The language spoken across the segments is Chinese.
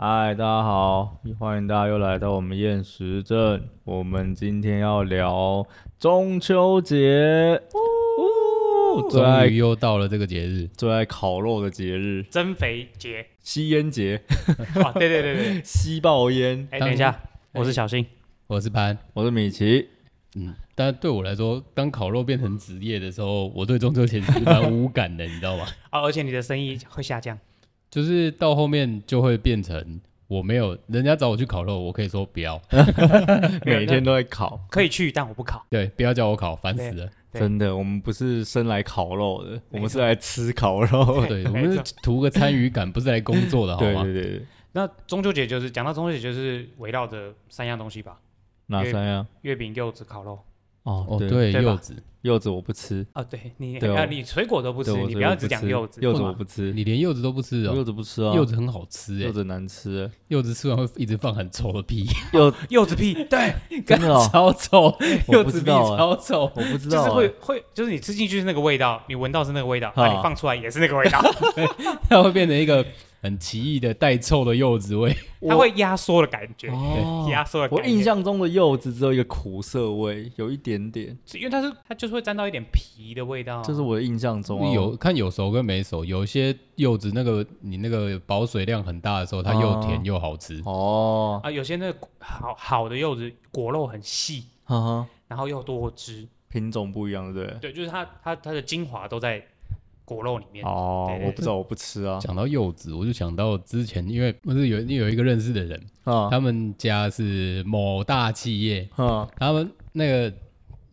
嗨，大家好，欢迎大家又来到我们厌食症。我们今天要聊中秋节，哦最终于爱又到了这个节日，最爱烤肉的节日增肥节。 —— 吸烟节，哦，对对对对，吸爆烟。哎，当等一下，我是小新。我是潘。我是米奇，嗯，但对我来说，当烤肉变成职业的时候，我对中秋节是蛮无感的，你知道吗？ 哦，而且你的生意会下降。就是到后面就会变成我没有人家找我去烤肉，我可以说不 要，没有每天都在烤。可以去，但我不考。对，不要叫我烤，烦死了。对真的，我们不是生来烤肉的，我们是来吃烤对肉。哦对，没我们是图个参与感，不是来工 作的好对吗？对对对，那中秋节就是讲到中秋节，就是围绕着三样东西吧：哪对三样？月饼、柚子、烤肉。哦哦，对，对，对吧柚子，柚子我不吃，啊，对你，对哦啊，你水果都不吃对，我所你以不要我只讲吃柚子。柚子我嘛不吃，你连柚子都不吃柚哦？子不吃啊，嗯柚子很好吃柚哎，子难吃欸，柚子吃完会一直放很臭的屁， 柚柚子屁，对， 真 的哦超臭，我柚不知子屁道欸超臭。我不知就是道会欸，会，就是你吃进去是那个味道，你闻到是那个味道，啊啊，你放出来也是那 个味道，它会变成一个很奇异的带臭的柚子味。它会压缩的感觉，哦压缩的我感觉。印象中的柚子只有一个苦涩味，有一点点，因为它是它就是会沾到一点皮的味道啊。这是我的印象中啊。有看有熟跟没熟，有一些柚子那个你那个保水量很大的时候，它又甜又好吃。哦，啊，有些那个好好的柚子果肉很细，哈哈，然后又多汁，品种不一样，对不对？对，就是它它它的精华都在果肉里面。哦对，对我不知道，我不吃啊。讲到柚子，我就想到之前，因为不是有有一个认识的人，啊他们家是某大企业，啊他们那个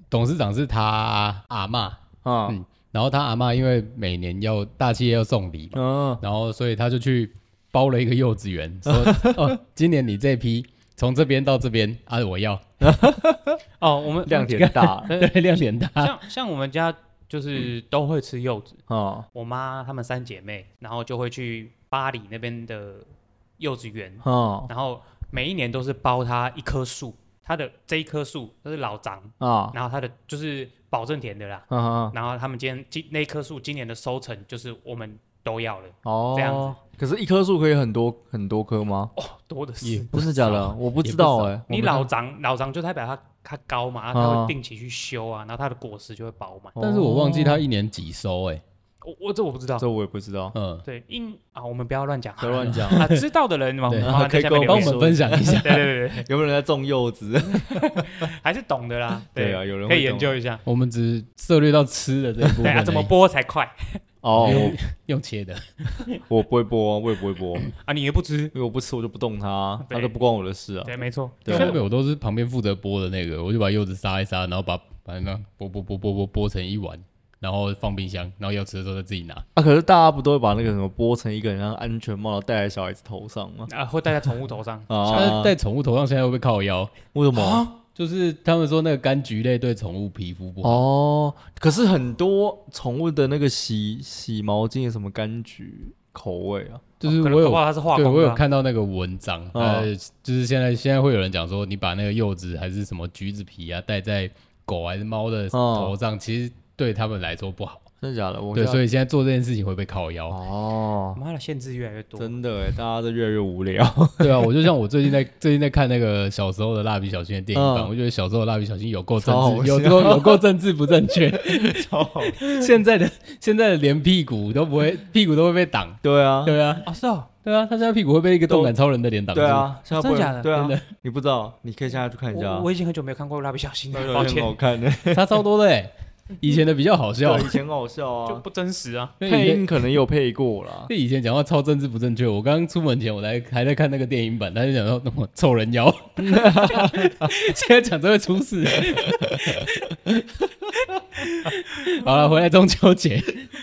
董事长是他阿嬷，啊嗯然后他阿嬷因为每年要大企业要送礼嘛，嗯然后所以他就去包了一个柚子园，说哦，今年你这批从这边到这边啊，我要，哦，我们量挺 大对，量点大，像像我们家就是都会吃柚子，啊我妈她们三姐妹，然后就会去巴黎那边的柚子园，啊然后每一年都是包它一棵树，它的这一棵树它是老长，啊然后它的就是保证甜的啦，啊！然后他们今天今那一棵树今年的收成就是我们都要了，哦，这样子。可是，一棵树可以很多很多棵吗？哦，多的也是。不是假的，我不知道哎。你我们老长老长就代表它它高嘛，啊它哦会定期去修啊，然后它的果实就会饱满。但是我忘记他一年几收哎、我我这我不知道，哦这我也不知 道。嗯，对，因啊，我们不要乱讲，不要乱 讲啊，知道的人嘛，我对们麻烦可以在下面跟留帮我言。。们分享一下对对对对，有没有人在种柚子？还是懂的啦。 对啊有人会可以研究一下，我们只涉猎到吃的这一部分对而啊，已，怎么剥才快哦，用用切的？ 我我不会播，我也不会播，因啊？你也不知，为我不吃，我就不动它，它对都不关我的事啊。对，没错，对对，啊后面我都是旁边负责剥的那个，我就把柚子杀一杀，然后把把那剥剥剥剥剥剥成一碗，然后放冰箱，然后要吃的时候再自己拿。啊，可是大家不都会把那个什么剥成一个很像安全帽，然后戴在小孩子头上吗？，啊，会戴在宠物头上 啊但，戴宠物头上现在会不会靠腰？为什么？就是他们说那个柑橘类对宠物皮肤不好，哦，可是很多宠物的那个洗洗毛巾有什么柑橘口味啊？就是可我能搞不有。好它是化对，工我的有啊。看到那个文章，呃，就是现在现在会有人讲说，你把那个柚子还是什么橘子皮啊戴在狗还是猫的哦头上，其实对他们来说不好。真的假的？我对，所以以现在做这件事情会被靠腰。哦，妈的，限制越来越多。真的哎，大家都越来越无聊。对啊，我就像我最近在最近在看那个小时候的蜡笔小新的电影版，嗯我觉得小时候的蜡笔小新有够超好政治，笑有够有够政治不正确。操，现在的现在的连屁股都不会，屁股都会被挡。对啊，对啊，啊，是哦，对啊，他现在屁股会被一个动感超人的脸挡住。对，啊，现在不真的假的对啊，你不知道，你可以现在去看一下啊我。我已经很久没有看过蜡笔小新那了，个抱很好歉，看的，差超多的欸，以前的比较好笑对，以。前好笑就啊，不真实啊。因为以配前音可能也有配过 啦。这以前讲话超政治不正确，我刚出门前我来还在看那个电影版，他就讲说那么臭人妖， 现在讲这会出事。 好了，回来中秋节，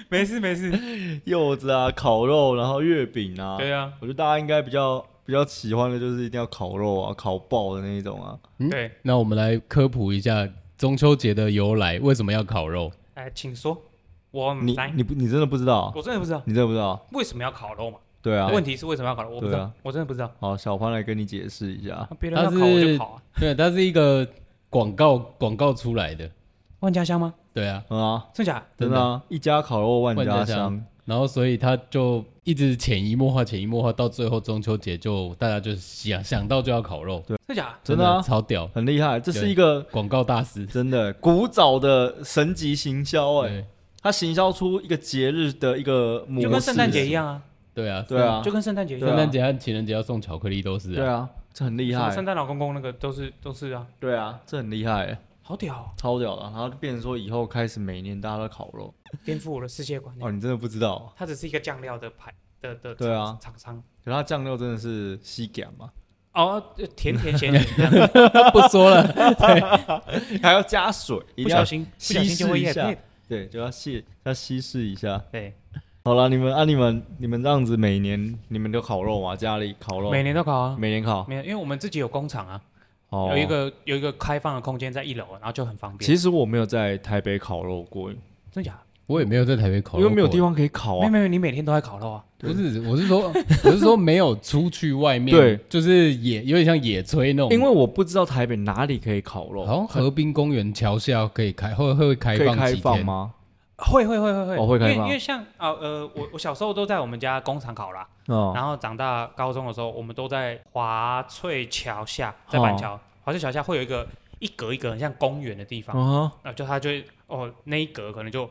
没事 没事，柚子啊，烤肉，然后月饼啊，对啊，我觉得大家应该比较比较喜欢的就是一定要烤肉啊，烤爆的那一种啊。嗯对，那我们来科普一下中秋节的由来，为什么要烤肉？哎，请说，我你们嗯来，你不你真的不知道？我真的不知道你真的不知道？为什么要烤肉嘛。对啊。问题是为什么要烤肉？我不知对道啊，我真的不知道。好，小潘来跟你解释一下。啊别人它要烤我就是烤啊。对，它是一个广告广告出来的，万家香吗？对啊，嗯啊，真假？真的啊，一家烤肉万万家家香香。然后所以他就一直潜移默化、潜移默化，到最后中秋节就大家就想想到就要烤肉，真假？真的啊，超屌，很厉害，这是对一个广告大师。真的古早的神级行销哎、对它行销出一个节日的一个模式，就跟圣诞节一样啊，对啊，对啊，就跟圣诞节一对啊圣样。诞节和情人节要送巧克力都是对啊，这很厉什么害圣，诞老公公那个都是都是啊，对啊，这很厉害、欸，好屌哦，超屌的。然后就变成说以后开始每年大家都烤肉颠覆我的世界观欸。哦，你真的不知道，它只是一个酱料的牌的的对啊厂商可是它酱料真的是西感嘛，哦，呃甜甜咸咸这样，不说了， 还要加水， 一不定小要心不稀小心就释会一也下配。对，就要稀要稀释一下。对，好了，你们啊，你们你们这样子每年你们都烤肉嘛，家里烤肉，每年都烤啊，每年烤，没有，因为我们自己有工厂啊，哦有一个有一个开放的空间在一楼，然后就很方便。其实我没有在台北烤肉过，真假？我也没有在台北烤因肉，为没有地。方可以烤没有啊。没有，你每天都在烤肉啊？不是，我是说，我是说没有出去外面，对，就是野有点像野炊那种，因为我不知道台北哪里可以烤肉，好像河滨公园桥下可以开，会会开可以放开几放天？吗？会会会会会，哦会开因为放因为像啊呃，我我小时候都在我们家工厂烤啦，哦，然后长大高中的时候，我们都在华翠桥下，在板桥华翠桥下会有一个一格一格很像公园的地方，啊哈，那、就他就会哦那一格可能就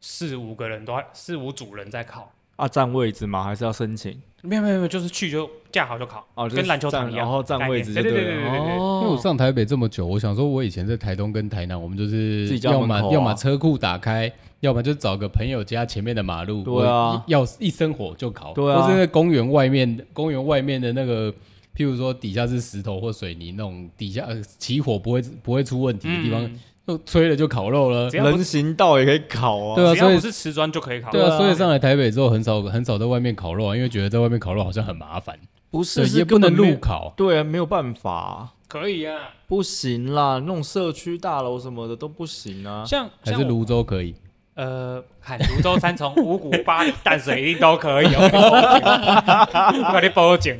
四五个人都在四五组人在烤，啊，占位置吗？还是要申请？没有没有没有，就是去就架好就烤，哦，就是跟篮球场站一然样。后占位置就概念对对对对了对对因为我哦，上台北这么久，我想说，我以前在台东跟台南，我们就是自己家要门么、口啊要么车库打开，要么就找个朋友家前面的马路，对啊我一要一生火就烤，对啊或是在公园外面，公园外面的那个，譬如说底下是石头或水泥那种底下、呃、起火不会不会出问题的地方，嗯就吹了就烤肉了只，要不人行道也可以烤对啊。啊，只要所以不。是瓷砖就可以烤。对对啊，啊所以上来台北之后很少很少在外面烤肉啊，因为觉得在外面烤肉好像很麻烦，不对也不能路。烤。对啊，没有办法，可以啊，不行啦，那种社区大楼什么的都不行啊。像还像是我泸州可以，呃，喊泸州三重、五谷、巴黎、淡水一定都可以 哦。我跟你报警，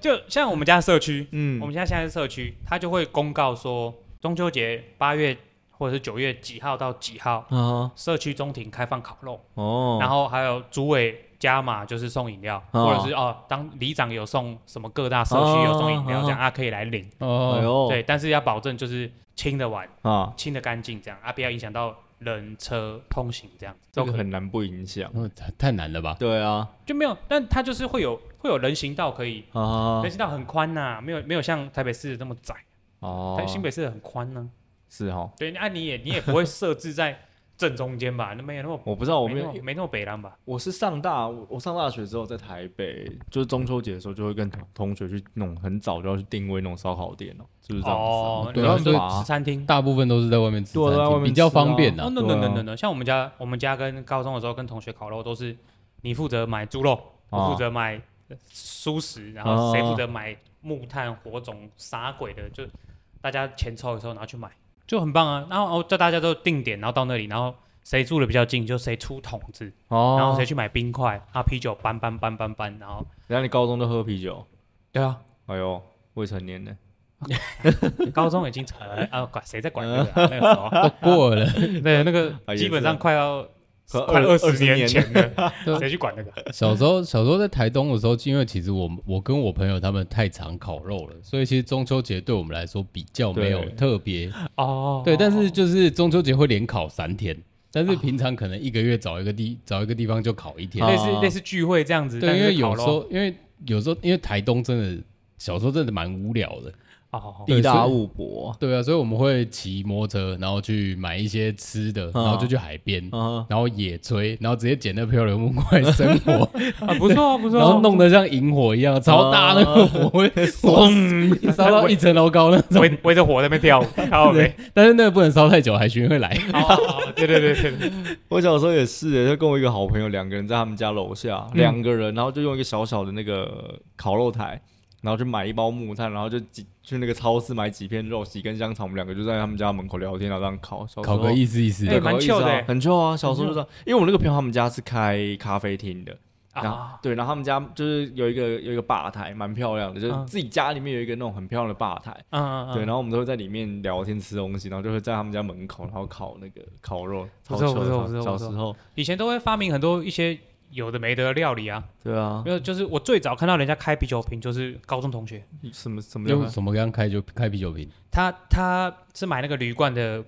就像我们家社区，我嗯们家现在是社区，他就会公告说中秋节八月或者是九月几号到几号，啊社区中庭开放烤肉，哦，然后还有组委加码就是送饮料，哦或者是哦，当里长有送什么各大社区有送饮料，哦这样啊可以来领。哎哦，呦对，但是要保证就是清的完。啊，清的干净，这样啊，不要影响到人车通行，这样这都个可以，很难不影响。哦太太难了吧？对啊，就没有，但它就是会有会有人行道可以，啊人行道很宽呐、没有没有像台北市那么窄，哦台，新北市很宽呢、是哦，对，那、你也你也不会设置在正中间吧？那没有那么我不知哦道，我没没那有么，没那么北浪吧？我是上大，我我上大学之后在台北，就是中秋节的时候就会跟同同学去那种很早就要去定位那种烧烤店哦、是不是这样子、啊？哦，对啊你所以说吃餐厅。大部分都是在外面吃对餐在外厅，面比较吃啊方便 哦呐。，那对那啊那那那，像我们家我们家跟高中的时候跟同学烤肉都是，你负责买猪肉，我哦负责买呃蔬食，然后谁哦负责买木炭、火种、啥鬼的，就大家钱凑一凑，然后去买，就很棒啊。然后哦，叫大家都定点，然后到那里，然后谁住的比较近，就谁出桶子，哦，然后谁去买冰块，啊啤酒搬搬搬搬搬，然 后人家你高中都喝啤酒，对啊，哎呦，未成年呢， 高中已经成啊，管谁在管 这个啊那个时候啊，都过了，对那个啊也基本是上啊快要和快二十20年前的 对，谁去管那个？小时候小时候在台东的时候，因为其实我我跟我朋友他们太常烤肉了，所以其实中秋节对我们来说比较没有对特别。哦，对，但是就是中秋节会连烤三天，但是平常可能一个月找一个哦地找一个地方就烤一天啊。类似类似聚会这样子，但对，是因为有烤时肉候因为有时候因为台东真的小时候真的蛮无聊的。 哦，对地大所以物博，对啊，所以我们会骑摩托车，然后去买一些吃的，然后就去海边。嗯，然后野炊，然后直接捡那漂流木过来生火，啊不错啊不错啊，然后弄得像萤火一样，超大那个火会，哇烧到一层楼高那种。 围围着火在那边跳舞，好没？但是那个不能烧太久，海巡会来。好好好对对对对对，我小时候也是耶，就跟我一个好朋友，两个人在他们家楼下，嗯两、个人，然后就用一个小小的那个烤肉台，然后去买一包木炭，然后就几去那个超市买几片肉，几根香肠，我们两个就在他们家门口聊天，然后这样烤，小时烤候个意思意思哎对，的，蛮蛮 chill 旧的欸很旧啊。小时候就这样，因为我那个朋友他们家是开咖啡厅的，然后啊，对，然后他们家就是有一个有一个吧台，蛮漂亮的，就是嗯自己家里面有一个那种很漂亮的吧台。嗯嗯嗯，对，然后我们都会在里面聊天吃东西，然后就会在他们家门口，然后烤那个烤肉，不超糗错嗯不的错超不错小不时错候，以前都会发明很多一些有的没的料理啊，对啊，没有，就是我最早看到人家开啤酒瓶，就是高中同学，什么什么用什么样开就开啤酒瓶？他他是买那个铝罐的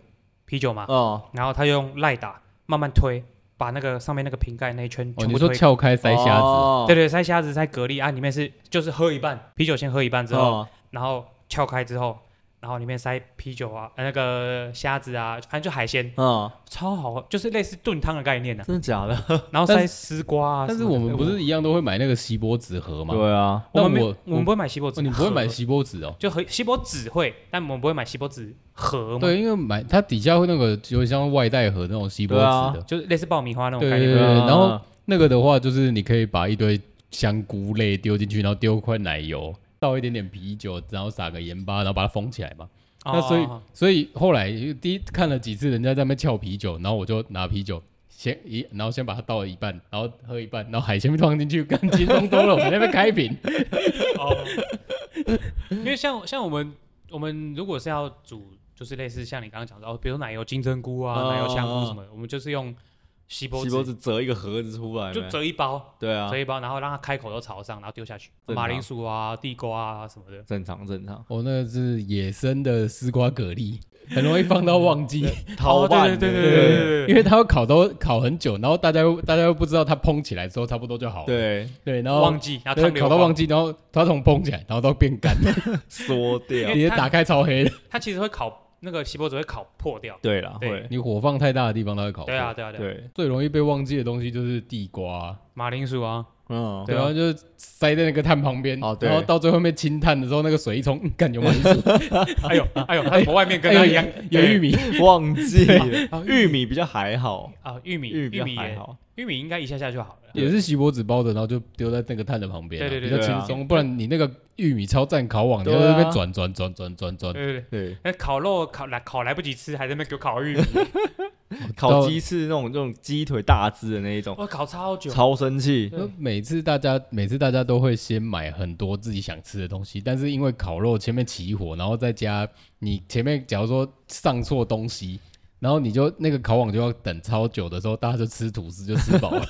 啤酒嘛，哦，然后他用赖打慢慢推，把那个上面那个瓶盖那一圈哦，全你部说推。撬开塞虾子，哦对对，塞虾子塞蛤蜊啊，里面是就是喝一半啤酒，先喝一半之后，哦然后撬开之后，然后里面塞啤酒啊，呃那个虾子啊，反正就海鲜，哦，超好喝，就是类似炖汤的概念呢、真的假的？然但后塞丝瓜啊什但么的。是我们不是一样都会买那个锡箔纸盒吗？对啊，那我们没有我我们不会买锡箔纸哦盒，你不会买锡箔纸哦？就和锡箔纸会，但我们不会买锡箔纸盒嘛，对，因为买它底下会那个有点像外带盒那种锡箔纸的，就是类似爆米花那种对概对念。哦对，啊然后那个的话就是你可以把一堆香菇类丢进去，然后丢块奶油，倒一点点啤酒，然后撒个盐巴，然后把它封起来嘛。那所以哦所以后来第一看了几次人家在那边撬啤酒，然后我就拿啤酒。先一，然后先把它倒了一半，然后喝一半，然后海鲜放进去，更轻松多了。我们在那边开 瓶，哦， 因为像像我们我们如果是要煮，就是类似像你刚刚讲到，比如奶油金针菇啊、哦奶油香菇什么的，我们就是用锡箔锡箔纸折一个盒子出来就没，折一包，对啊折，一包，然后让它开口都朝上，然后丢下去，正常马铃薯啊、地瓜啊什么的。正常正常，我、那个是野生的丝瓜蛤蜊，很容易放到忘记。淘哦对办对对的对对对因为它要烤都烤很久，然后大家又大家又不知道它烹起来之后差不多就好了。对，对，然后忘记，然后对汤烤流到忘光，记，然后它从烹起来，然后到变干，缩掉因，为直接它打开超黑的。它其实会烤那个锡箔纸会烤破掉。对啦，对会，你火放太大的地方它会烤。对啊，，对啊，对啊，哦对，最容易被忘记的东西就是地瓜，哦马铃薯啊，嗯，对对啊啊，就是塞在那个碳旁边，哦对然后到最后面清碳的时候，那个水一冲， 嗯干有马 铃薯，哎呦哎呦，它外面跟它一样有玉米， 忘记了，啊玉米比较还好，啊，玉米玉米比较米还也好，玉米应该一下下就好了。也是锡箔纸包着，然后就丢在那个碳的旁边啊，对对对比较对啊轻松。不然你那个玉米超蘸烤网，你对啊要在那边转转转转转转对，对对，对，那烤肉烤来烤来不及吃，还在那边给我烤玉米，烤鸡翅那种那种鸡腿大只的那一种，我烤超久。超生气，对，每次大家每次大家都会先买很多自己想吃的东西，但是因为烤肉前面起火，然后再加你前面假如说上错东西，然后你就那个烤网就要等超久的时候，大家就吃吐司就吃饱 了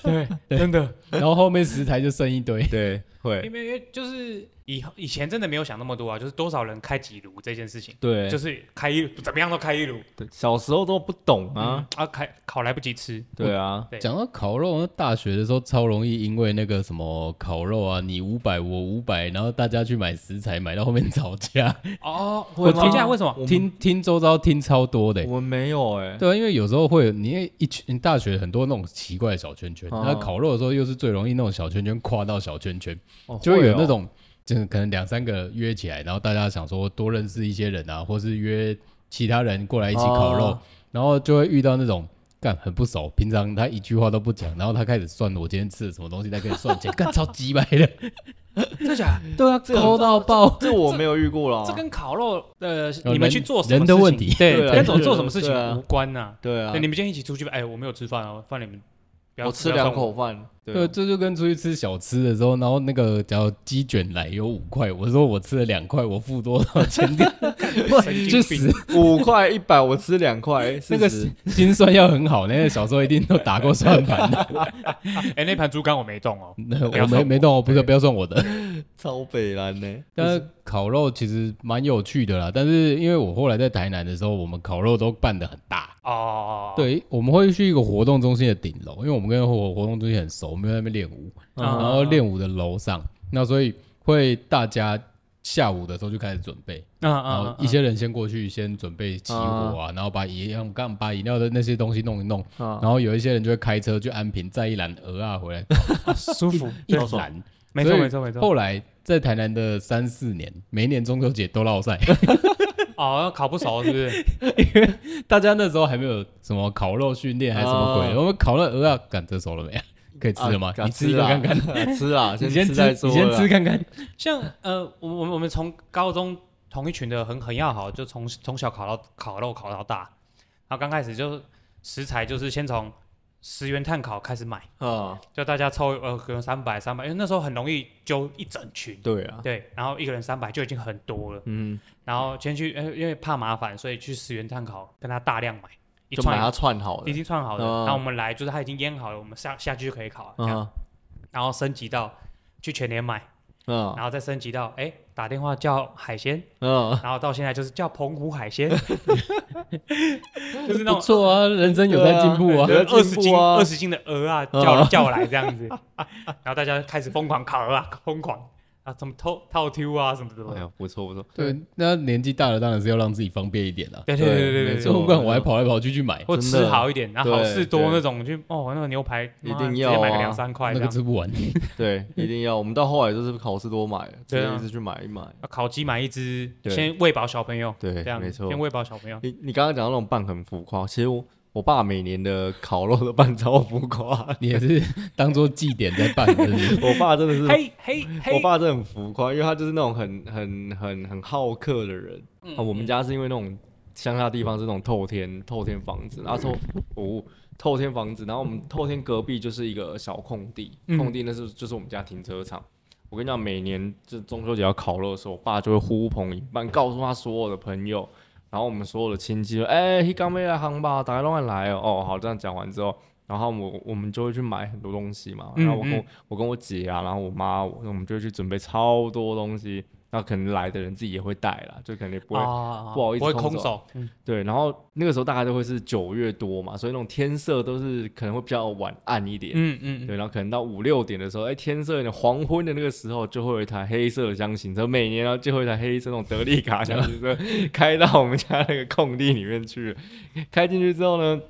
对，真的，然后后面食材就剩一堆。对，会，因为因为就是以后以前真的没有想那么多啊，就是多少人开几炉这件事情，对，就是开一怎么样都开一炉对小时候都不懂啊啊，啊，开烤来不及吃，对啊，对讲到烤肉，那大学的时候超容易因为那个什么烤肉啊，你五百我五百，然后大家去买食材，买到后面吵架。哦，会我吗停下来为什么？我们听听周遭听超多的欸、我们没有哎，对啊，因为有时候会有，你也一群大学很多那种奇怪的小圈圈，哦那、烤肉的时候又是最容易那种小圈圈跨到小圈圈，哦就会有那。哦种就是可能两三个约起来，然后大家想说多认识一些人啊，或是约其他人过来一起烤肉，哦然后就会遇到那种。干很不熟，平常他一句话都不讲，然后他开始算我今天吃了什么东西，他开始算钱，干超鸡掰的，这假的？对啊，个抠到爆，这我没有遇过啦， 这跟烤肉呃，有你哦们人去做什么人的事问情题对对，啊跟做对啊做什么事情对啊无关呐。对啊对，，你们今天一起出去吧。哎，我没有吃饭哦，饭你们不要我吃不要两算我口饭，啊对，啊这就跟出去吃小吃的时候，然后那个假如鸡卷来有五块，我说我吃了两块，我付多少 钱？神 经去死！病啊五块一百，我吃两块， 那40个心心算要很好，那个小时候一定都打过算盘 的。哎，那盘猪肝我没动哦。那不要我算没我没动哦，不是不要算我 的。超北蓝 呢，但是烤肉其实蛮有趣的啦，但是因为我后来在台南的时候，我们烤肉都办得很大，哦，对，我们会去一个活动中心的顶楼，因为我们跟活活动中心很熟，我们在那边练舞，嗯然后练舞的楼上，那所以会大家下午的时候就开始准备，嗯，嗯然嗯后，一些人先过去先准备起火啊，然后把饮料刚把饮料的那些东西弄一弄，啊，然后有一些人就会开车去安平载一篮鹅啊回来，嗯舒服， 一对超爽篮。没错所以没错没错。后来在台南的三四年，每一年中秋节都落赛，哦，烤不熟是不是？大家那时候还没有什么烤肉训练还是什么鬼的，哦我们烤了鹅啊，干这熟了没啊？可以吃了吗？啊你吃一个看看，，啊吃啊， 你 先先吃吃再，说你先啦吃，看看。像呃，我我们我们从高中同一群的很很要好，就从从小烤到烤肉烤到大，然后刚开始就食材就是先从十元碳烤开始买，啊，就大家抽呃可能三百三百，因为那时候很容易揪一整群，对啊，对，然后一个人三百就已经很多了。嗯，然后先去，呃因为怕麻烦，所以去十元碳烤跟他大量买，一就买串它串好已的，经串好的。嗯然后我们来就是它已经腌好了，我们下下去就可以烤了。这样嗯然后升级到去全年买，嗯然后再升级到哎打电话叫海鲜，嗯，然后到现在就是叫澎湖海鲜，就是那不种错啊，人生有在进步啊。对有在进步啊二十斤二十斤的鹅啊，叫嗯叫来这样子，然后大家开始疯狂烤鹅啊，疯狂啊，什么偷套 Q 啊，什么什么哎的。呀，不错不错，对，那年纪大了，当然是要让自己方便一点啦。对对对对对没对错所以不管我还跑来跑去去买，或真吃的啊好一点，然后对好事多对那种，就哦，那个牛排一妈定直要接买个啊两三块那这个样，吃不完。对，一定要，我们到后来都是考试多买，直对接啊一直去买一买，啊烤鸡买一只，对先喂饱小朋友，对这样没错先喂饱小朋 友。你你刚刚讲到那种办很浮夸，其实我我爸每年的烤肉都办超浮夸， 你也 是当做祭典在办，是不 是？我爸真的是，嘿嘿嘿，我爸真的很浮夸，因为他就是那种很很很很好客的人。嗯啊，我们家是因为那种乡下地方是那种透天透天房子，然后透哦透天房子，然后我们透天隔壁就是一个小空地，嗯空地那是就是我们家停车场。我跟你讲，每年这中秋节要烤肉的时候，我爸就会呼朋引伴，告诉他所有的朋友，然后我们所有的亲戚就，哎、欸，刚没来行吧，大家都来哦。哦，好，这样讲完之后，然后我我们就会去买很多东西嘛。嗯然后我跟我嗯我跟我姐啊，然后我妈，我我们就会去准备超多东西。那可能来的人自己也会带啦，就可能也不会、啊不好意思不会空空手手，嗯对。然后那个时候大概都会是九月多嘛，所以那种天色都是可能会比较晚暗一点。嗯嗯，嗯对，然后可能到五六点的时候，哎，天色有点黄昏的那个时候，就会有一台黑色的箱型车，每年然后就会有一台黑色那种德利卡箱型车开到我们家那个空地里面去了。 开进去之后呢，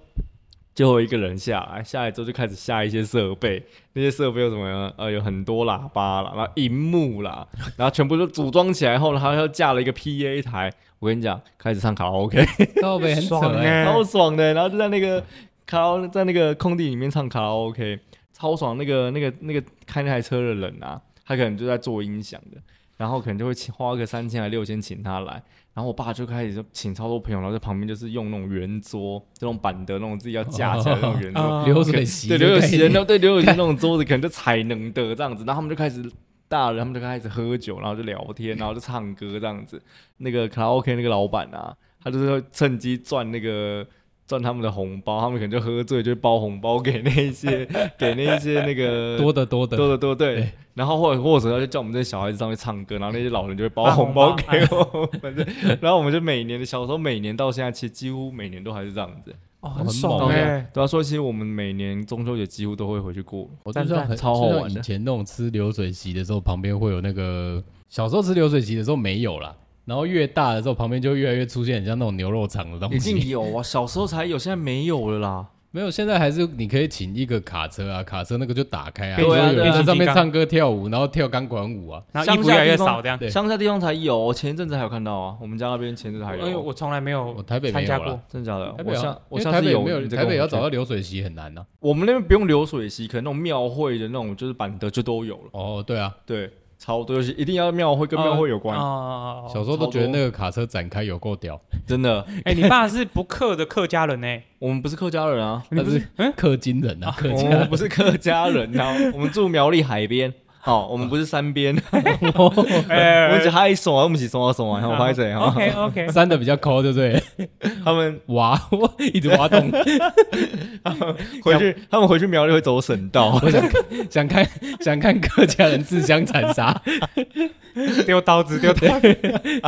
就会有一个人下来，下来之后就开始下一些设备，那些设备有什么呢？呃，有很多喇叭啦，然后荧幕啦，然后全部都组装起来后呢，他又架了一个 PA 台。我跟你讲，开始唱卡拉 OK，靠北很扯爽欸欸超爽的。然后就在那个卡拉在那个空地里面唱卡拉 OK，超爽。那个那个那个开那台车的人啊，他可能就在做音响的，然后可能就会请花个三千还六千请他来。然后我爸就开始就请超多朋友，然后在旁边就是用那种圆桌，这种板凳那种自己要架起来的那种圆桌，啊流水席对的刘有概席念的那对刘有席那种桌子，可能就才能的这样子，然后他们就开始大人，他们就开始喝酒，然后就聊天，然后就唱歌这样子。那个卡拉 OK 那个老板啊，他就是会趁机赚那个赚他们的红包，他们可能就喝醉就包红包给那一些给那一些那个多的多的，多的多对。对然后或者或者他就叫我们这些小孩子上去唱歌，然后那些老人就会包发红红包包哎给 我们，对然后我们就每年的小时候每年到现在，其实几乎每年都还是这样子。哦，很很爽猛哎，对啊，所以其实我们每年中秋节几乎都会回去过。我就像很超好就像玩以的前那种吃流水席的时候，旁边会有那个小时候吃流水席的时候没有啦，然后越大的时候旁边就越来越出现很像那种牛肉肠的东已西。经有啊，小时候才有，现在没有了啦。没有，现在还是你可以请一个卡车啊，卡车那个就打开啊，对啊有对啊人在上面唱歌跳舞，然后跳钢管舞啊。然后乡衣服下越来地越方少这样。对乡下地方才有，前一阵子还有看到啊，我们家那边前一阵子还因为有，哎啊我从来没我有哦台北没参有加啦过，，真的假的台？北啊我好下我因为下台次北有没有你再台跟北我要找去到流水席很难呐、啊我们那边不用流水席，可能那种庙会的那种就是板凳就都有了。哦，对啊，对，超多，尤其一定要庙会跟庙会有关，哦，小时候都觉得超多那个卡车展开有够屌，真的。哎，你爸是不客的客家人呢？ 我们不是客家人啊，但 是嗯氪金人啊，氪我金 们不是客家人啊，我们住苗栗海边。哦，我们不是山 边，哎哎我们只嗨爽，我们是爽啊爽啊，然后拍谁 啊？ OK OK，删的比较抠，对不对了？ 他们挖，我一直挖 洞，回去，他们回去苗栗会走省道。我想看想看想看客家人自相残杀， 丢刀子丢刀子，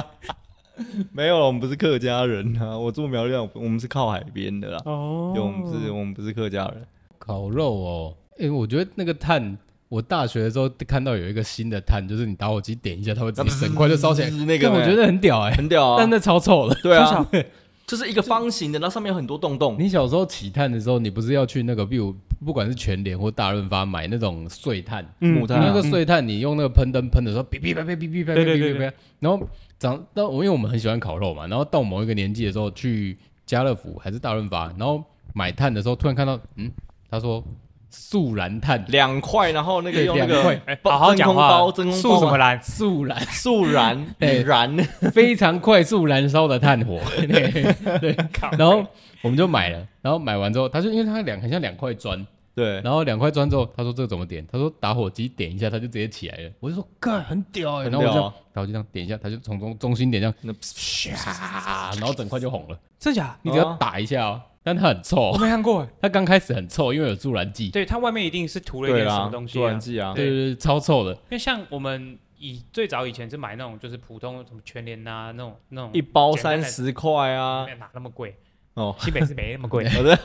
没有，我们不是客家人啊， 我住苗栗，我们是靠海边的啦。哦对，我们不是，我们不是客家人。烤肉哦，诶，我觉得那个炭，我大学的时候看到有一个新的炭，就是你打火机点一下，它会直接整块就烧起来，嗯那个但我觉得很屌哎、很屌啊但。那超臭的。 对啊， 就是一个方形的，然后上面有很多洞洞。你小时候起炭的时候，你不是要去那个，比如不管是全联或大润发买那种碎炭，木炭嗯那啊个碎炭，你用那个喷灯喷的时候，哔哔叭叭哔哔叭叭哔哔叭叭，然后长到我因为我们很喜欢烤肉嘛，然后到某一个年纪的时候去家乐福还是大润发，然后买炭的时候，突然看到，嗯，他说素燃炭，两块，然后那个用那对个两块哎包好好讲话啊，真空包真空包素什么蓝？素燃速燃 对燃，非常快速燃烧的炭火，对，然后我们就买了，然后买完之后，他说因为它两很像两块砖，对，然后两块砖之后，他说这个怎么点？他说打火机点一下，它就直接起来了。我就说干很屌哎、很然后我这屌样啊，然后我就这样点一下，它就从中中心点这样那啪，啊 然后整块就红了。真假？你只要哦打一下哦，但它很我 臭，没看过哎。它刚开始很臭，因为有助燃剂，对，它外面一定是涂了一对点什啦么，东西助啊燃。剂啊，对对对，超臭的。因为像我们以最早以前是买那种就是普通什么全联呐、那种那种一包简单三的十块啊没，有哪那么贵哦， 新北市没那么贵好的，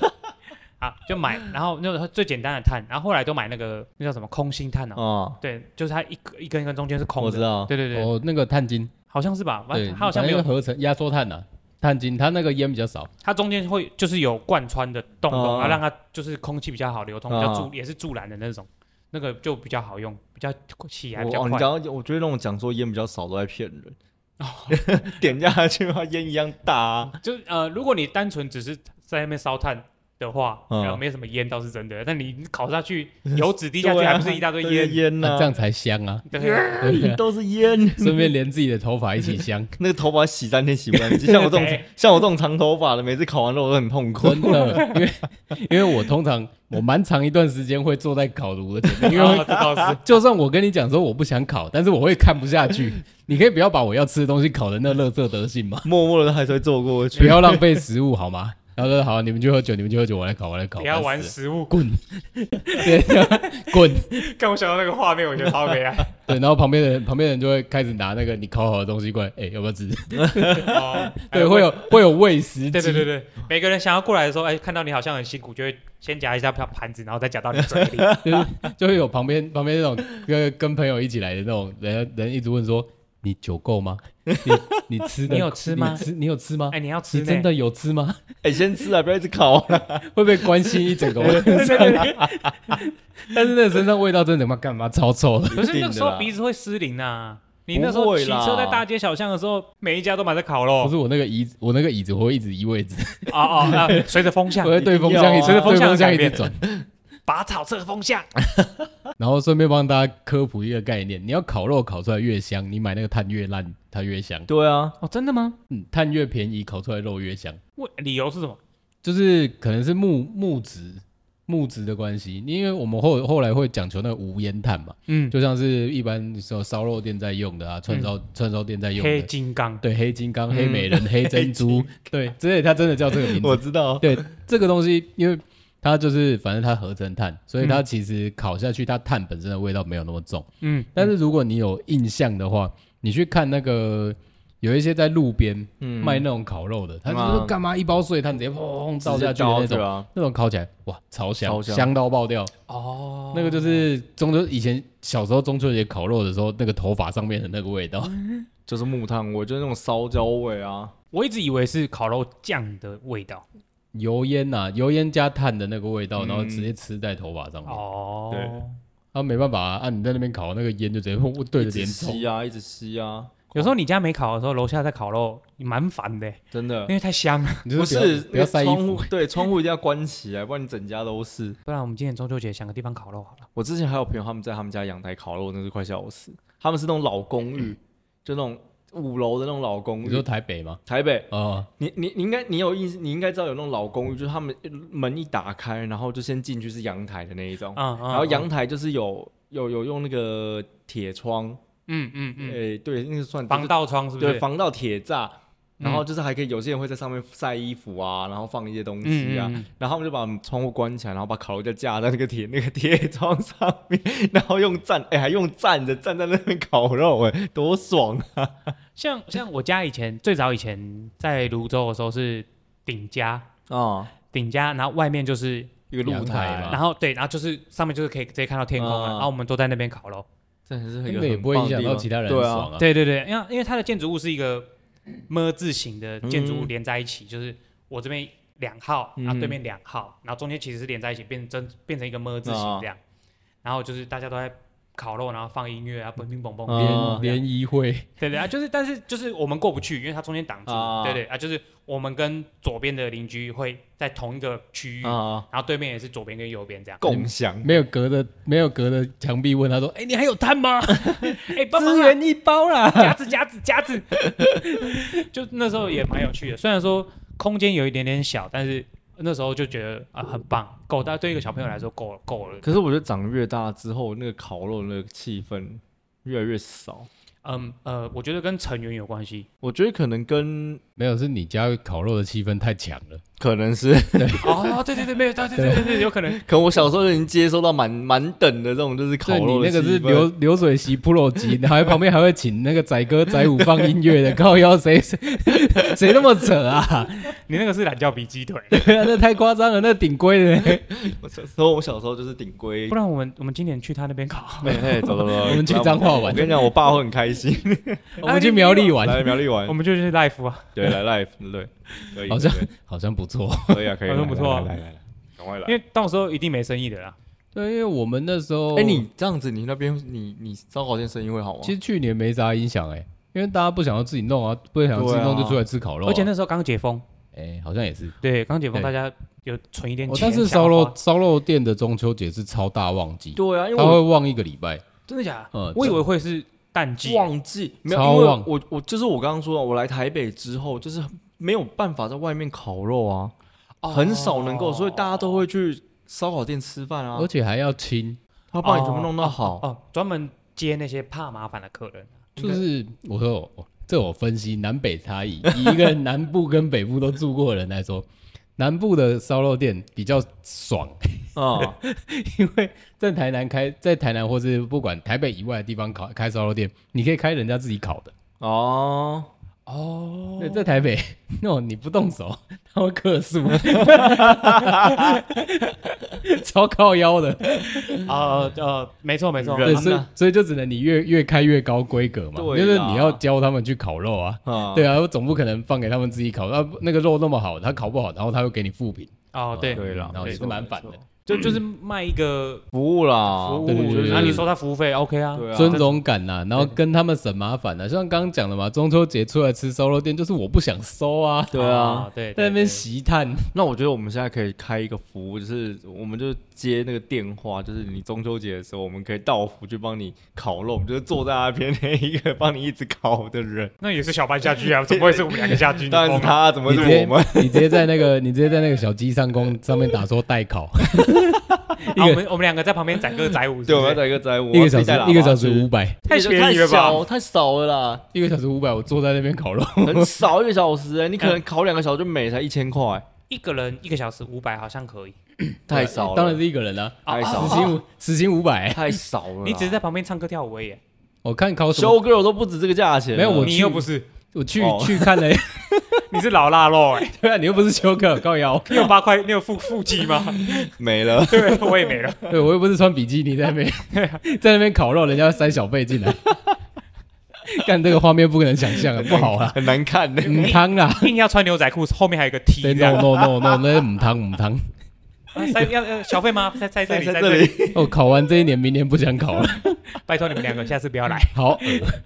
啊，就买，然后那种最简单的碳，然后后来都买那个那叫什么空心碳啊，哦，对，就是它一根一根一根中间是空我知的，道，对对对，哦，那个碳晶，好像是吧，反对，正它好像没反有正，合成压缩碳呐、碳晶，它那个烟比较少。它中间会就是有贯穿的洞哦洞，啊，让它就是空气比较好流通，比较哦助也是助燃的那种，那个就比较好用，比较起来比我较哦，你快。哦刚刚我觉得那种讲说烟比较少都在骗人， 点下去的话烟一样大啊，就呃，如果你单纯只是在那边烧炭的话，嗯然后没什么烟倒是真的，但你烤 下去，油脂 滴下去还不是一大堆对啊烟？烟那、呐，这样才香 啊！对， 样 都是烟，顺便连自己的头发一起香， 那个头发洗三天洗不 干净，像我这种对像我这种长头发的，每次烤完肉都很痛苦。真的，因为因为我通常我蛮长一段时间会坐在烤炉的前面，因为然哦后这倒 是 就算我跟你讲说我不想烤，但是我会看不下去。你可以不要把我要吃的东西烤的那乐色德性吗？ 默默的还是会坐 过不去，要浪费食物好吗？然后说好，你们去喝酒，你们去喝酒，我来烤，我来烤。不要玩烦死食物。了， 对，滚！ 刚我想到那个画面，我觉得超悲哀。对，然后旁边的人旁边的人就会开始拿那个你烤好的东西过来，哎，要不要吃？哦，对，会有。有会有喂食对对对机，对，每个人想要过来的时候，哎，看到你好像很辛苦，就会先夹一下盘子，然后再夹到你嘴里。 就是就会有旁边旁边那种跟跟朋友一起来的那种人人一直问说你酒够吗？你你吃的你有吃吗你吃你有吃吗？哎，你要吃你呢真？的有吃吗？哎，先吃啊，不要一直烤。 会被关心一 整个晚上。但是那个身上味道真的妈干嘛超臭的，可是那个时一定的候啦鼻子会失灵呐。你不那时候会骑啦车在大街小巷的时候，每一家都买着烤肉不。是我那个椅子，我那个椅子我会一直移位置，啊啊啊！随着风向我，会对风向一直一哦定要啊对风向一随直着转， 拔草测风向。 然后顺便帮大家科普一个概念：你要烤肉烤出来越香，你买那个碳越烂，它越香；对啊，哦，真的吗？嗯，碳越便宜，烤出来肉越香。为理由是什么？就是可能是木木质木质的关系，因为我们后后来会讲求那个无烟炭嘛，嗯，就像是一般说烧肉店在用的啊，串烧、串烧店在用黑的，金刚。对，黑金刚、黑美人、嗯 黑珍珠，对，之类，它真的叫这个名 我字。知道， 对，这个东西，因为它就是反正它合成碳，所以嗯它其实烤下去，它碳本身的味道没有那么重。嗯，但是如果你有印象的话，你去看那个有一些在路边嗯卖那种烤肉的，他就嗯是啊说干嘛一包碎炭直接砰倒直下接去的倒那对种。啊，那种烤起来，哇，超香，超香到爆掉。哦那个就是中秋以前小时候中秋节烤肉的时候，那个头发上面的那个味道。嗯就是木炭味，就是那种烧焦味啊。我一直以为是烤肉酱的味道。油烟呐、油烟加碳的那个味道，嗯然后直接吃在头发上面。哦，对啊，没办法啊，啊你在那边烤那个烟就直接呼对着一直脸走。 吸啊，一直吸啊，有时候你家没烤的时候，楼下在烤肉，蛮烦的，真的因为太香了。你就不不要是不那要个晒衣窗服户，对窗户一定要关起来，不然你整家都是。不然我们今年中秋节想个地方烤肉好了。我之前还有朋友他们在他们家阳台烤肉，真是快笑死。他们是那种老公嗯寓，就那种五楼的那种老公你说寓。台北吗？台北，哦，你你你应该你有印，你应该知道有那种老公寓，就是他们门一打开，然后就先进去是阳台的那一种，嗯嗯。哦然后阳台就是有有有用那个铁窗，嗯嗯诶、嗯，对，那个算就是防盗窗是不对是？防盗铁栅，然嗯后就是还可以有些人会在上面晒衣服啊，然后放一些东嗯西啊，嗯嗯然后他们就把窗户关起来，然后把烤肉架架在那个铁那个铁窗上面，然后用站哎、还用站着站在那边烤肉哎、多爽啊！像像我家以前最早以前在泸州的时候是顶家，哦顶家，然后外面就是一个露阳台台嘛，嘛然后对，然后就是上面就是可以直接看到天空嗯啊，然后我们都在那边烤肉。真的是一个那也很不会棒影的响地到方其他人对啊爽啊。对对对，因为因为它的建筑物是一个么字形的建筑物嗯连在一起，就是我这边两号，嗯然后对面啊两号，然后中间其实是连在一起，变成变成一个么字形这样。然后就是大家都在烤肉，然后放音乐啊，蹦蹦蹦蹦。嗯哦联联谊会， 对对 啊，就是但是就是我们过不去，因为它中间挡住。啊对对啊，就是我们跟左边的邻居会在同一个区域，啊，然后对面也是左边跟右边这样。共享没有隔着没有隔着墙壁问他说：“哎，你还有碳吗？哎，帮忙资啊源一包啦。夹子夹子夹子， 就那时候也蛮有趣的。虽然说空间有一点点小，但是那时候就觉得啊很棒，够，但对一个小朋友来说够了够了。可是我觉得长越大之后，那个烤肉那个气氛越来越少。嗯呃，我觉得跟成员有关系。我觉得可能跟”没有，是你家烤肉的气氛太强了。可能是， 哦，对对对，没有，对对对对对，有可能。可能我小时候就已经接收到满满等的这种就是烤对你肉的那气氛。个是流流水席 pro 级，然后旁边还会请那个仔哥仔舞放音乐的，靠腰谁谁 谁那么扯啊？ 你那个是懒觉比鸡腿，对啊，那太夸张了，那顶规的 嘞。我小时候，我小时候就是顶规不。然我们我们今年去他那边考。 嘿嘿，走走走，我们去彰化我玩，跟你讲，我爸会很开心。我 们啊去苗栗玩，来苗栗玩 我，们就去 life 啊，对，来 live，对，可以，好像对好像不错。可以啊，可以，好像不错啊来来来来，赶快因来。为到时候一定没生意的啦。对，因为我们那时候，哎，你这样子，你那边你你烧烤店生意会好吗？其实去年没啥影响哎、因为大家不想要自己弄啊，不想要自己弄对啊就出来吃烤肉啊、而且那时候刚解封，哎、好像也是。对，刚解封，对大家有存一点哦钱，。但是想烧要肉花，烧肉店的中秋节是超大旺季，对啊，因为它我会旺一个礼拜。真的假的嗯？我以为会是淡季。忘记没有，超因为旺我我就是我刚刚说的，我来台北之后就是没有办法在外面烤肉啊，哦很少能够，所以大家都会去烧烤店吃饭啊而，且还要清，他帮你全部弄到 好。哦，专门接那些怕麻烦的客人。就是我说我这我分析南北差异，以一个南部跟北部都住过的人来说， 南部的烧肉店比较爽， 啊，因为在台南开，在台南或是不管台北以外的地方烤开烧肉店，你可以开人家自己烤的。哦，哦对，在台北， 那种你不动手，他会克数，超靠腰的。啊呃，没错没错，人对，呐所以所以就只能你越越开越高规格嘛，对就是啦你要教他们去烤肉啊。啊，对啊，我总不可能放给他们自己烤，那那个肉那么好，他烤不好，然后他又给你负评，哦对，对啦然后对也是蛮反的啊没。就就是卖一个服务啦，服务，对对对对然后你收他服务费，OK 啊，对啊，尊重感呐、然后跟他们省麻烦呐、像刚刚讲的嘛，中秋节出来吃烧肉店，就是我不想收啊，对啊，哦，对，对在那边对席炭，那我觉得我们现在可以开一个服务，就是我们就接那个电话，就是你中秋节的时候，我们可以到府去帮你烤肉，我们就是坐在那边那一个帮你一直烤的人。那也是小班下去啊，怎 么会是我们两个下去？当然是他，怎么你会直是接我们？你直接在那个你直接在那个小鸡上公上面打说 代烤，啊我们我们两个在旁边载歌载舞，对，我们要是不是载一个载我一个小时一个小时五五，百，太便宜了吧太小太少了啦，一个小时五百，我坐在那边烤肉，很少一个小时哎、你可能烤两个小时就每才一千块，一个人一个小时五百好像可以， 太少了，当然是一个人啦、太少啊，了，时薪五时薪五百，太少了啦。你只是在旁边唱歌跳舞而已。我看烤什么？修 girl 都不止这个价钱了，没有我你去又不是，我去哦去看了， 你是老腊肉哎，对啊，你又不是修课高腰，你有八块，你有腹腹肌吗？没了。对，我也没了。对我又不是穿比基尼在那边 在那边烤肉，人家塞小费进来， 干这个画面不可能想象啊，不好啦，很难看的、母 汤啦，硬要穿牛仔裤，后面还有个 T 对这 no 样。 no no no，那是母汤母汤，啊塞要要小费吗？在在这里，在在这这里。里，我烤哦完这一年，明年不想烤了，拜托你们两个，下次不要来。好，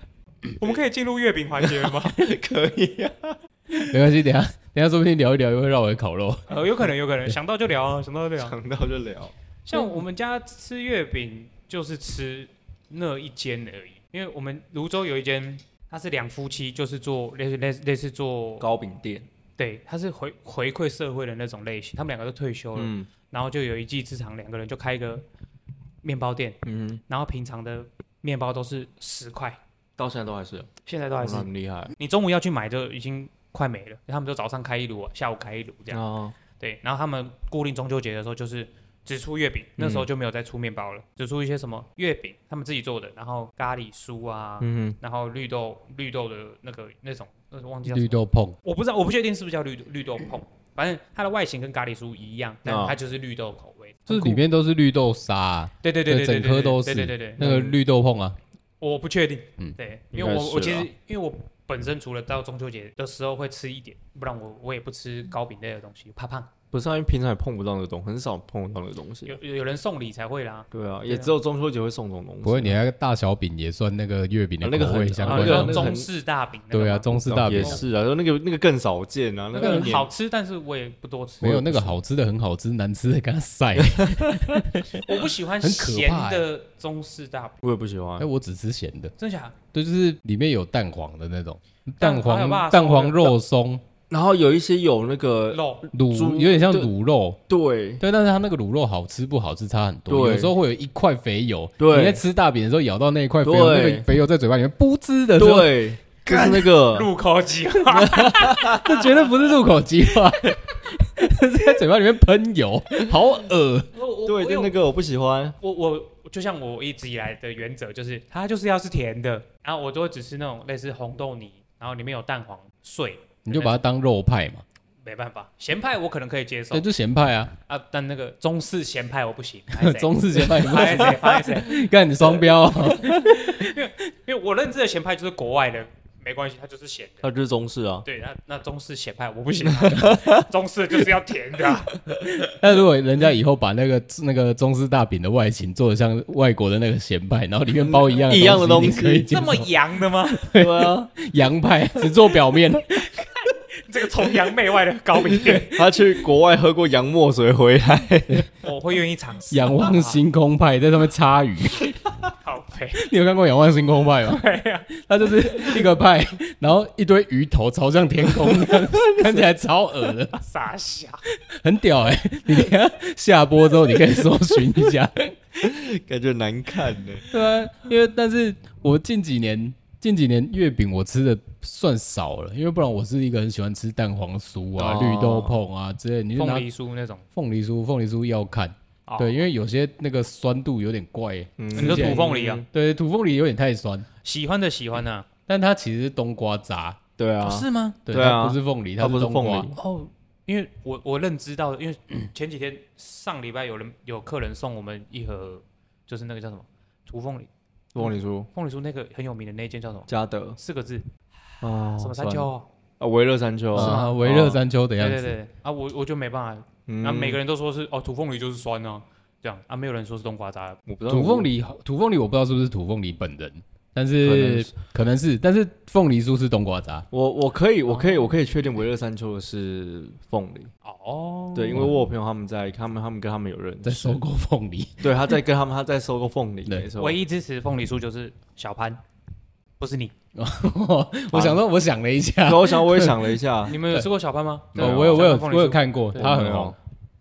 我们可以进入月饼环节了吗？可以啊。 没关系，等一下等一下说不定聊一聊又会让我去烤肉， 呃，有可能，有可能，想到就聊啊，想到就聊。想到就聊。像我们家吃月饼就是吃那一间而已，因为我们泸州有一间，他是两夫妻，就是做类似类似类似做，糕饼店，对，他是回回馈社会的那种类型。他们两个都退休了，嗯然后就有一技之长，两个人就开一个面包店，嗯，然后平常的面包都是十块，到现在哦都还是有，现在都还是嗯很厉害。你中午要去买就已经快没了，他们就早上开一炉，啊下午开一炉这嗯样。啊，对，然后他们固定中秋节的时候就是只出月嗯饼，那时候就没有再出面包了，只出一些什么月饼，他们自己做的，然后咖喱酥啊，嗯然后绿豆绿豆的那个那种，呃，忘记叫什么绿，豆碰，我不知道，我不确定是不是叫绿豆绿豆碰，反正它的外形跟咖喱酥一样，但啊它就是绿豆口味，就是很酷里面都是绿豆沙啊，对对对对对整颗都对是对对对对，那个绿豆碰啊，我不确定，嗯对，应因为该我我是啊其实啦因为我本身除了到中秋节的时候会吃一点，不然我我也不吃糕饼类的东西，怕胖。不是啊，因为平常也碰不到那个东西，很少碰得到那个东西有。有有人送礼才会啦，对啊，对也啊只有中秋节会送这种东西。啊不过你那个大小饼也算那个月饼的啊那个口味很相啊关那个的有很东西，中式大饼那个吗，对啊，中式大饼也是啊，就那个那个更少见啊，那那个个也好吃，但是我也不多吃没。有那个好吃的很好吃，难吃的跟他晒。我不喜欢很可咸怕欸的中式大饼，我也不喜欢哎，。我只吃咸的，真假？对，就是里面有蛋黄的那种，蛋蛋黄有办法黄蛋黄肉松然后有一些有那个肉猪卤，有点像对卤肉，对对，但是它那个卤肉好吃不好吃差很多，对有时候会有一块肥油，对你在吃大饼的时候咬到那一块肥油，对那个肥油在嘴巴里面噗嗤的时候，对，就是那个入口啊 即化， 这绝对不是入口即化， 是在嘴巴里面喷油，好恶我我对，就我那个我不喜欢。我我就像我一直以来的原则就是，它就是要是甜的，然后我就会只吃那种类似红豆泥，然后里面有蛋黄碎，你就把它当肉派嘛，没办法，咸派我可能可以接受对，就咸派啊，啊，但那个中式咸派我 不行，拍谁中式咸派，拍谁拍谁，干你双标 啊，因为我认知的咸派就是国外的，没关系，它就是咸的。它就是中式啊，对，那那中式咸派我 不行啊、中式就是要甜的啊、那如果人家以后把那个 那个中式大饼的外形做的像外国的那个咸派，然后里面包一样一样的东西你可以接这受么洋的吗？ 对啊，洋派只做表面，这个崇洋媚外的高明 点，他去国外喝过洋墨水回来，我会愿意尝试。仰望星空派在上面插鱼。 好啊配，你有看过《仰望星空派》吗？ 对呀、它就是一个派，然后一堆鱼头朝向天空， 这样子看起来超恶的，傻笑。很屌哎、 你等一下下播之后，你可以搜寻一下。感觉难看呢。 对啊，因为但是我近几年近几年月饼我吃的算少了，因为不然我是一个很喜欢吃蛋黄酥啊、哦绿豆椪啊之类。你就凤拿梨酥那种，凤梨酥，凤梨酥要看，哦对，因为有些那个酸度有点怪、嗯你说土凤梨啊，对，土凤梨有点太酸，喜欢的喜欢啊，但它其实是冬瓜渣，对啊哦，是吗？对，对啊它不是凤梨，它不是是冬凤瓜。梨哦，因为我我认知到的，因为前几天上礼拜有人有客人送我们一盒，就是那个叫什么土凤梨凤梨酥，凤梨酥那个很有名的那一间叫什么？嘉德四个字，啊什么山丘哦？啊，维乐山丘啊，维乐，哦山丘的对样对子。对啊，我我就没办法，嗯啊，每个人都说是哦，土凤梨就是酸啊，这样啊，没有人说是冬瓜渣，我不知道土凤，梨，土凤梨我不知道是不是土凤梨本人，但可能是是可能是，但是凤梨酥是冬瓜渣。我我可以我可以我可以确定维乐山丘的是凤梨，哦，对，因为我有朋友他们在，他们他们跟他们有认在识收，购凤梨，对，他在跟他们他在收购凤梨，对没错唯，一支持凤梨酥就是小潘，不是你， 我想说，我想了一下，我想我也想了一 下，你们有吃过小潘吗？对哦啊啊我有我有凤梨酥我有看过，对它没很有红，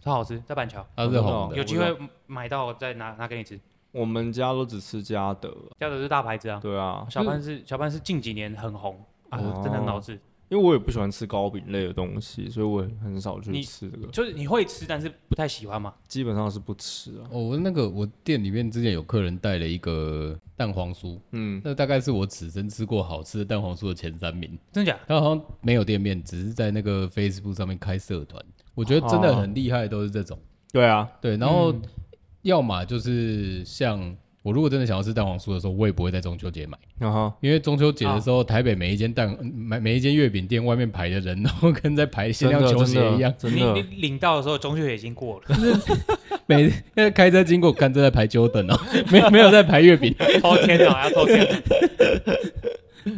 超好吃，在板桥，它是红对的。有我机知会买到再拿拿给你吃。我们家都只吃嘉德，加的是大牌子啊，对啊，小潘是小潘是近几年很红啊，哦真的很好吃。因为我也不喜欢吃糕饼类的东西，所以我也很少去你吃这个，就是你会吃，但是不太喜欢嘛。基本上是不吃啊。哦我那个我店里面之前有客人带了一个蛋黄酥，嗯，那大概是我此生吃过好吃的蛋黄酥的前三名。真假？他好像没有店面，只是在那个 Facebook 上面开社团。我觉得真的很厉害，都是这种。对啊，对，然后要么就是像我如果真的想要吃蛋黄酥的时候，我也不会在中秋节买，然后因为中秋节的时候，哦台北每一间蛋每每一间月饼店外面排的人，然后跟在排限真量的球鞋一样，真你的你真的领到的时候，中秋也已经过了，每那开车经过，看正在排 Jordan 哦， 没有没有在排月饼，偷天的还要偷天的，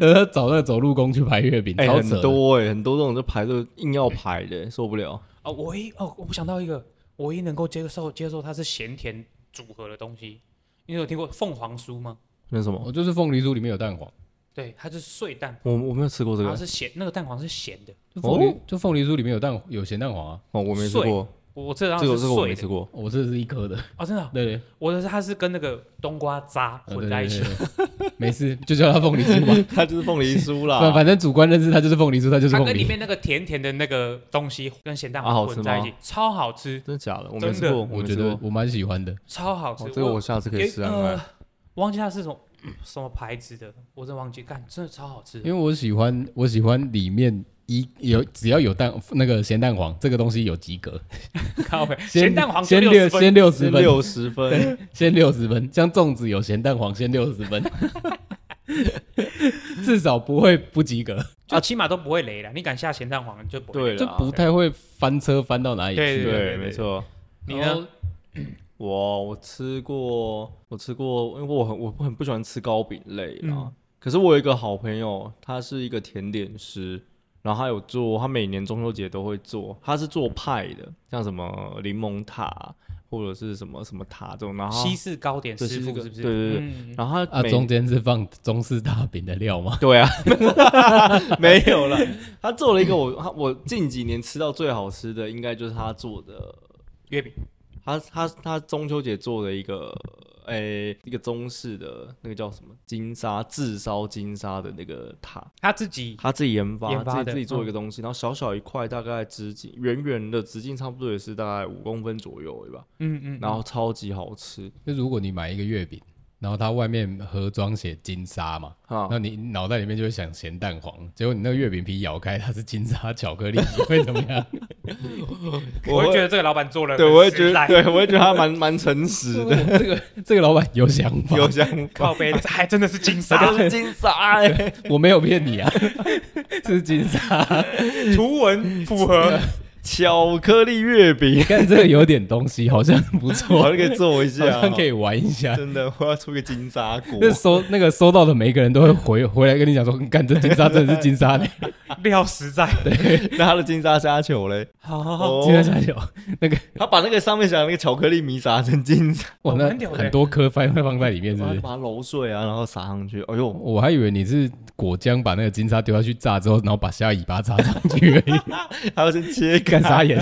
呃，找那个走路工去排月饼，哎、超扯很的。多哎、很多这种就排队硬要排的、受不了。啊！我唯一哦，我想到一个，我唯一能够接受接受它是咸甜组合的东西。你有听过凤凰酥吗？那什么，我哦就是凤梨酥里面有蛋黄，对，它是碎蛋，我我没有哦吃过这然个后啊是咸，那个蛋黄是咸的。就凤哦梨、就凤梨酥里面有蛋有咸蛋黄啊，哦，我没吃碎过，我我这张这个是这个我没碎吃的 过。我这是一颗的，哦，真的啊，对对，我的是它是跟那个冬瓜渣啊呃混在一起，，对对对对没事，就叫它凤梨酥吧。 它就是凤梨酥 反啦，反正主观认知它就是凤梨酥，它就是它凤跟里梨。面那个甜甜的那个东西跟咸蛋啊黄好吃混在一起吗，超好吃，真的假的？我没吃真的过，我没觉吃得过。我蛮喜欢的。超好吃。哦，这个我下次可以有试看呃看。忘记它是什么 什么牌子的，我真忘记，干真的超好吃因为我喜欢，我喜欢里面一有只要有蛋那个咸蛋黄这个东西有及格， 靠北咸蛋黄就先60六分先六十分，六十分，先六十分，像粽子有 咸蛋黄先六十分，至少不会不及格。就起码都不会雷了。你敢下咸蛋黄就不会啊对雷。就啦不太会翻车翻到哪里去。啊啊对对对，没错。你然呢后？？我我吃过，我吃过，因为我很我很不喜欢吃糕饼类啦。嗯可是我有一个好朋友，他是一个甜点师，然后他有做，他每年中秋节都会做，他是做派的，像什么柠檬塔或者是什么什么塔这种，然后西式糕点对师西式傅糕是不是？对对对嗯然后他啊，每中间是放中式大饼的料吗？对啊， 没有 了。他做了一个我他我近几年吃到最好吃的，应该就是他做的月饼他他他中秋节做的一个，诶、一个中式的那个叫什么金沙炙烧金沙的那个塔，他自己他自己研发，研发自己的自己做一嗯个东西，然后小小一块，大概直径圆圆的，直径差不多也是大概五公分左右，对吧？嗯嗯，然后超级好吃就如果你买一个月饼，然后它外面盒装写金沙嘛，哦啊！那你脑袋里面就会想咸蛋黄，结果你那个月饼皮咬开它是金沙巧克力，你会怎么样？我会觉得，得这个老板做了对，很我会觉实在得，对，我会觉得他蛮蛮诚实的，这个这个老板有想法，有想法。靠背还真的是金他 沙都是金沙哎、 我没有骗你啊， 这是金沙，图文符合，巧克力月饼，看这个有点东西，好像不我错，好像可啊以做一好下，哦像可以玩一下。真的，我要出个金沙锅。那收那个收到的每一个人都会回回来跟你讲说，干这金沙真的是金沙嘞，料实在。那他的金沙虾球嘞？好好好，哦金，沙下酒，他把那个上面想的那个巧克力米撒成金沙，哇，蛮那屌的很多颗放放在里面，是然不后是？把它揉碎啊，然后撒上去。哎呦，我还以为你是果浆把那个金沙丢下去炸之后，然后把虾尾巴插上去而已，还要先切开 干啥眼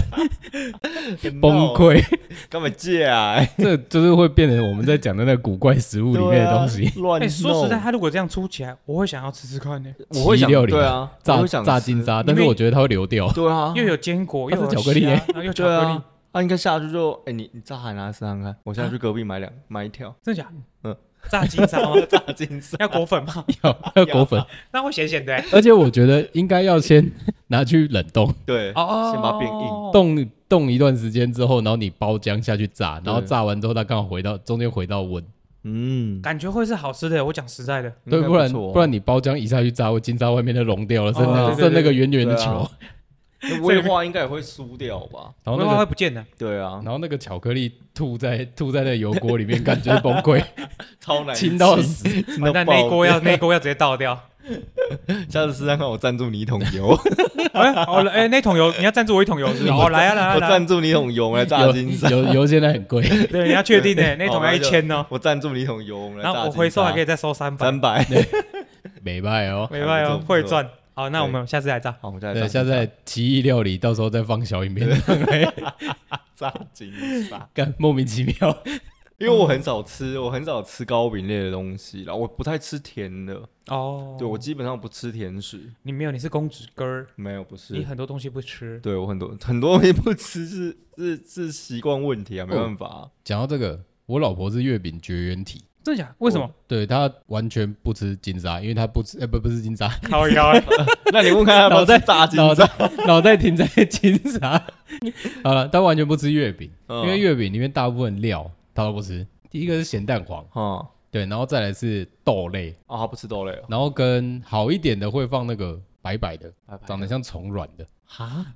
崩，溃。干嘛借啊？ 哎这就是会变成我们在讲的那个古怪食物里面的东西，对啊乱哎，弄。说实在，他如果这样出起来，我会想要吃吃看呢，我会想760对啊，我 炸会想炸吃金，沙，因为但是我觉得它会流掉。对啊，又有坚果，它又是有巧克力耶虾然后又巧对克力啊，，他应该下去就哎，你你炸海拿来试看看，我啊现在去隔壁买两买一条 真的假？嗯嗯，炸金沙吗？炸金 沙。要裹粉吗？要要裹粉， 那会咸咸的欸。而且我觉得应该要先 拿去冷冻，对，哦先把它变硬。冻冻一段时间之后，然后你包浆下去炸，对然后炸完之后它刚好回到中间回到温，嗯，感觉会是好吃的。我讲实在的，对，应该不然错哦不然你包浆一下去炸，会金沙外面都融掉了，剩哦对对剩那个圆圆的对啊球，那威化应该也会酥掉吧？然我后哦那会个会不见的，对啊然，后那个巧克力吐在吐在那油锅里面，感觉崩 溃，超难亲到吃死。亲到完蛋，爆那一锅掉 要那一锅要直接倒掉。下次试试看，我赞助你一桶油，哎，好了，哎，那桶油你要赞助我一桶油是不是？哦，来啊来啊我来啊赞，助你一桶油，我们来炸油金沙。油油现在很贵，对，你要确定的，那好桶要那一就千哦。我赞助你一桶油，我们来然炸金沙。后我回收还可以再收三百，三百。美拜哦。没办还法不，错会不错赚。好，那我对们下次来炸。好，我们再对，来下炸次在奇异料理到时候再放小影片上来，炸金沙， 干莫名其妙。因为我很少吃，我很少吃糕饼类的东西啦，我不太吃甜的，哦，对我基本上不吃甜食，你没有，你是公子哥儿，没有不你是。很多东西不吃。对我很多很多东西不吃是是是习惯问题啊，没办法啊、讲到这个，我老婆是月饼绝缘体，真的假？为什么？对她完全不吃金沙，因为她不吃，呃，不不是金沙，靠腰啊， 那你问看他要不要脑袋吃炸金脑沙？袋脑袋停在金沙。好了，她完全不吃月饼，因为嗯月饼里面大部分料她都不吃。第一个是咸蛋黄，嗯对，然后再来是豆类，啊，他不吃豆类哦，然后跟好一点的会放那个白白的，长得像虫卵的哈，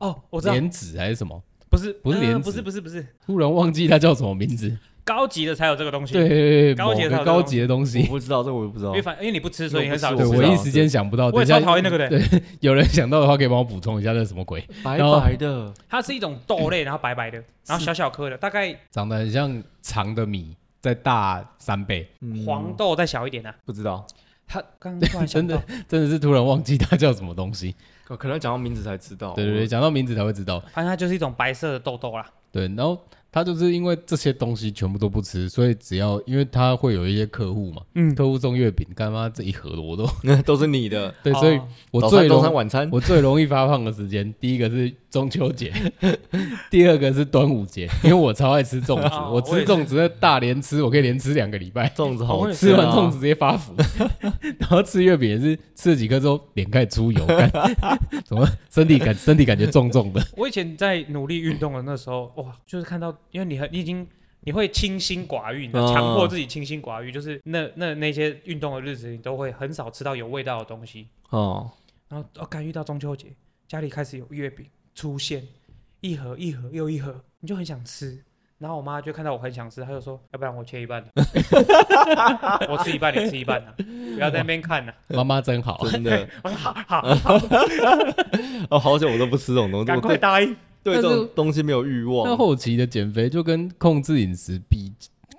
哦，我知道，莲子还是什么，不是不是呃莲不是子不是不是，突然忘记它叫什么名 字。高级的才有这个东西。对，对对，高级的某个才有这高东级的东我西。不知道这个我也不知道因为，反因为你不吃，因为所以你很少我对不吃知我道到。一时间想不到，我等也一下超讨厌那个的。有人想到的话，可以帮我补充一下那是什么鬼？白然后白的，它是一种豆类，然后白白的，然后小小颗的，大概长得很像长的米，再大三倍，嗯黄豆再小一点啊。不知道，它刚刚突然想 真到的，真的是突然忘记它叫什么东西。哦可可能讲到名字才知道。对对对，讲到名字才会知道。反正它就是一种白色的豆豆啦。对，然后他就是因为这些东西全部都不吃，所以只要因为他会有一些客户嘛，嗯，客户送月饼，干妈这一盒我都对， 都是你的。对，所以哦 我早餐最中容餐晚餐，我最容易发胖的时间，第一个是中秋节， 第二个是端午节，因为我超爱吃粽子，哦我我吃也是粽子那大连吃，我可以连吃两个礼拜，粽子我好也吃吃完啊粽子直接发福， 然后吃月饼也是吃了几颗之后脸盖出油，干 怎么身体感身体感觉重重的，我以前在努力运动的那时候，哇，就是看到，因为你很，你已经你会清心寡欲，你知道啊强迫自己清心寡欲，就是那那那些运动的日子，你都会很少吃到有味道的东西。哦，然后哦，刚遇到中秋节，家里开始有月饼出现，一盒一盒又一盒，你就很想吃。然后我妈就看到我很想吃，她就说：“要不然我切一半， 我吃一半，你吃一半啊，不要在那边看呐、啊妈妈真好，真的我说：“好好，哦，好久我都不吃这种东西，赶我快对啊答应。对这但种是东西没有欲那望。后期的减肥就跟控制饮食比，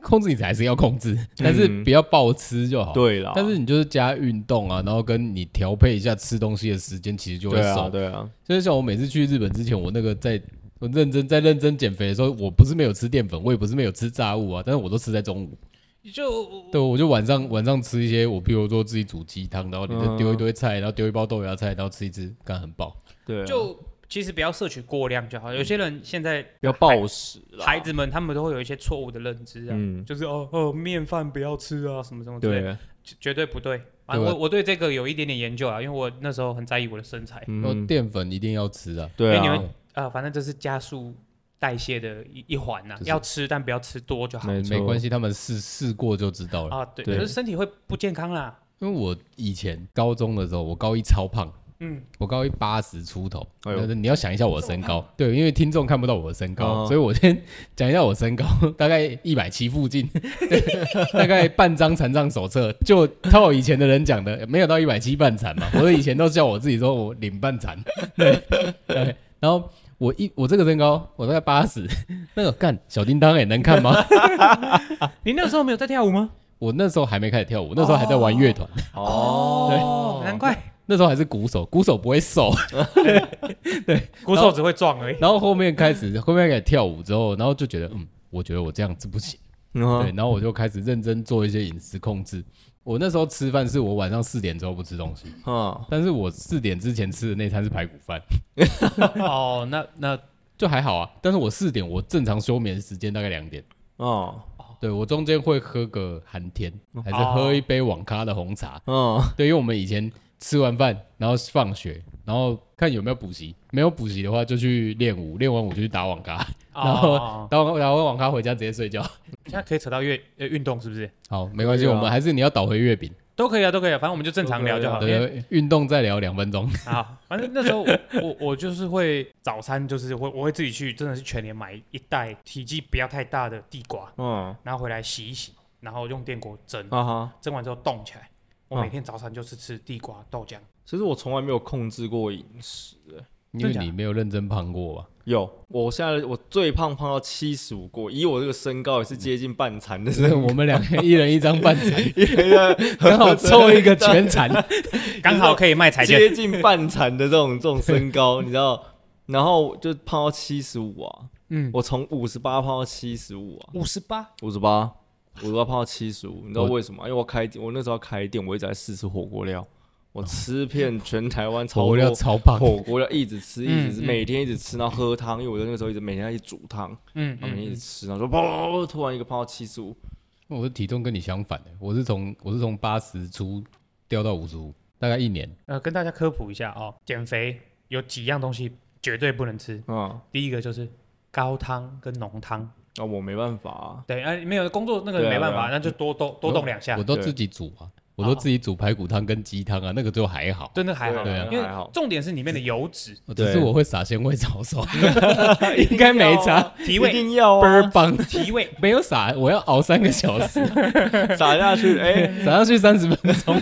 控制饮食还是要控制，但是不要暴吃就好。、嗯对啊啦，但是你就是加运动啊，然后跟你调配一下吃东西的时间，其实就会对瘦啊，。对啊，就是像我每次去日本之前，我那个在我认真在认真减肥的时候，我不是没有吃淀粉，我也不是没有吃炸物啊，但是我都吃在中午。”就对，我就晚上晚上吃一些，我比如说自己煮鸡汤，然后你嗯就丢一堆菜，然后丢一包豆芽菜，然后吃一只，感很饱。对啊，就其实不要摄取过量就好。有些人现在不要暴食啦。孩子们他们都会有一些错误的认知啊，嗯就是哦哦面饭不要吃啊，什么什么之类的，对，绝绝对不对。啊，对吧我我对这个有一点点研究啊，因为我那时候很在意我的身材啊、然后嗯，淀粉一定要吃啊，对哎因为你啊们，反正这是加速代谢的一一环呐、就是要吃但不要吃多就好没没错关系，他们试试过就知道了。啊。对，对可是身体会不健康啦。因为我以前高中的时候，我高一超胖，嗯，我高一八十出头，哎呦但是你要想一下我的身高，对，因为听众看不到我的身高，哦所以我先讲一下我身高， 大概一百七附近， 对，大概半张残障手册，就套我以前的人讲的，没有到一百七半残嘛，我以前都叫我自己说我领半残， 对，对然后我一我这个身高，我大概八十，那个干小叮当也、欸能看吗？你那时候没有在跳舞吗？我那时候还没开始跳舞，那时候还在玩乐团，哦，难怪那时候还是鼓手，鼓手不会瘦。鼓手只会撞而已。然后后面开始，后面开始跳舞之后，然后就觉得，嗯，我觉得我这样子不行，嗯哼对，然后我就开始认真做一些饮食控制。我那时候吃饭是我晚上四点之后不吃东西，嗯，但是我四点之前吃的那餐是排骨饭，哦，那那就还好啊。但是我四点我正常休眠时间大概两点，哦，对我中间会喝个寒天，还是喝一杯网咖的红茶，嗯，对，因为我们以前吃完饭，然后放学，然后看有没有补习，没有补习的话就去练舞，练完舞就去打网咖，然后哦，打完打完网咖回家直接睡觉。现在可以扯到运呃运动是不是？好，没关系，对啊我们还是你要倒回月饼，都可以啊，都可以啊，反正我们就正常聊就好了。因为对，运动再聊两分钟，啊，反正那时候我我 我就是会早餐就是会我会自己去，真的是全年买一袋体积不要太大的地瓜，嗯，然后回来洗一洗，然后用电锅蒸，哈哈。蒸完之后冻起来。我嗯每天早餐就是吃地瓜豆浆，其实我从来没有控制过饮食，因为真假你没有认真胖过吧？有，我现在我最胖胖到七十五过，以我这个身高也是接近半残的所以身我们两个一人一张半残， 高，刚好凑一个全残。刚好可以卖彩券。接近半残的这种这种身高，你知道，然后就胖到七十五啊，嗯，我从五十八胖到七十五啊，五十八五十八，五十八胖到七十五，你知道为什么吗？因为我开我那时候开店，我一直在试吃火锅料，我吃遍全台湾超我多料超胖，火锅料一直吃，一直吃，嗯嗯每天一直吃，然后喝汤，因为我在那个时候一直每天在去煮汤，嗯然后每天一嗯，直吃，然后说砰，突然一个胖到七十五，我的体重跟你相反的，我是从我是从八十出掉到五十五，大概一年。呃，跟大家科普一下哦，减肥有几样东西绝对不能吃，嗯，啊，第一个就是高汤跟浓汤，我没办法啊，对啊，没有工作那个对啊没办对法，啊那就多动多动两下我，都对自己煮啊，我都自己煮排骨汤跟鸡汤啊，那个就还好。真的还好对啊，因还好为重点是里面的油 脂，只对是我会撒鲜味炒手，应该没差，提一味定要倍啊儿，棒。提味，没有撒，我要熬三个小时，撒下 去，哎，撒上去三十分钟。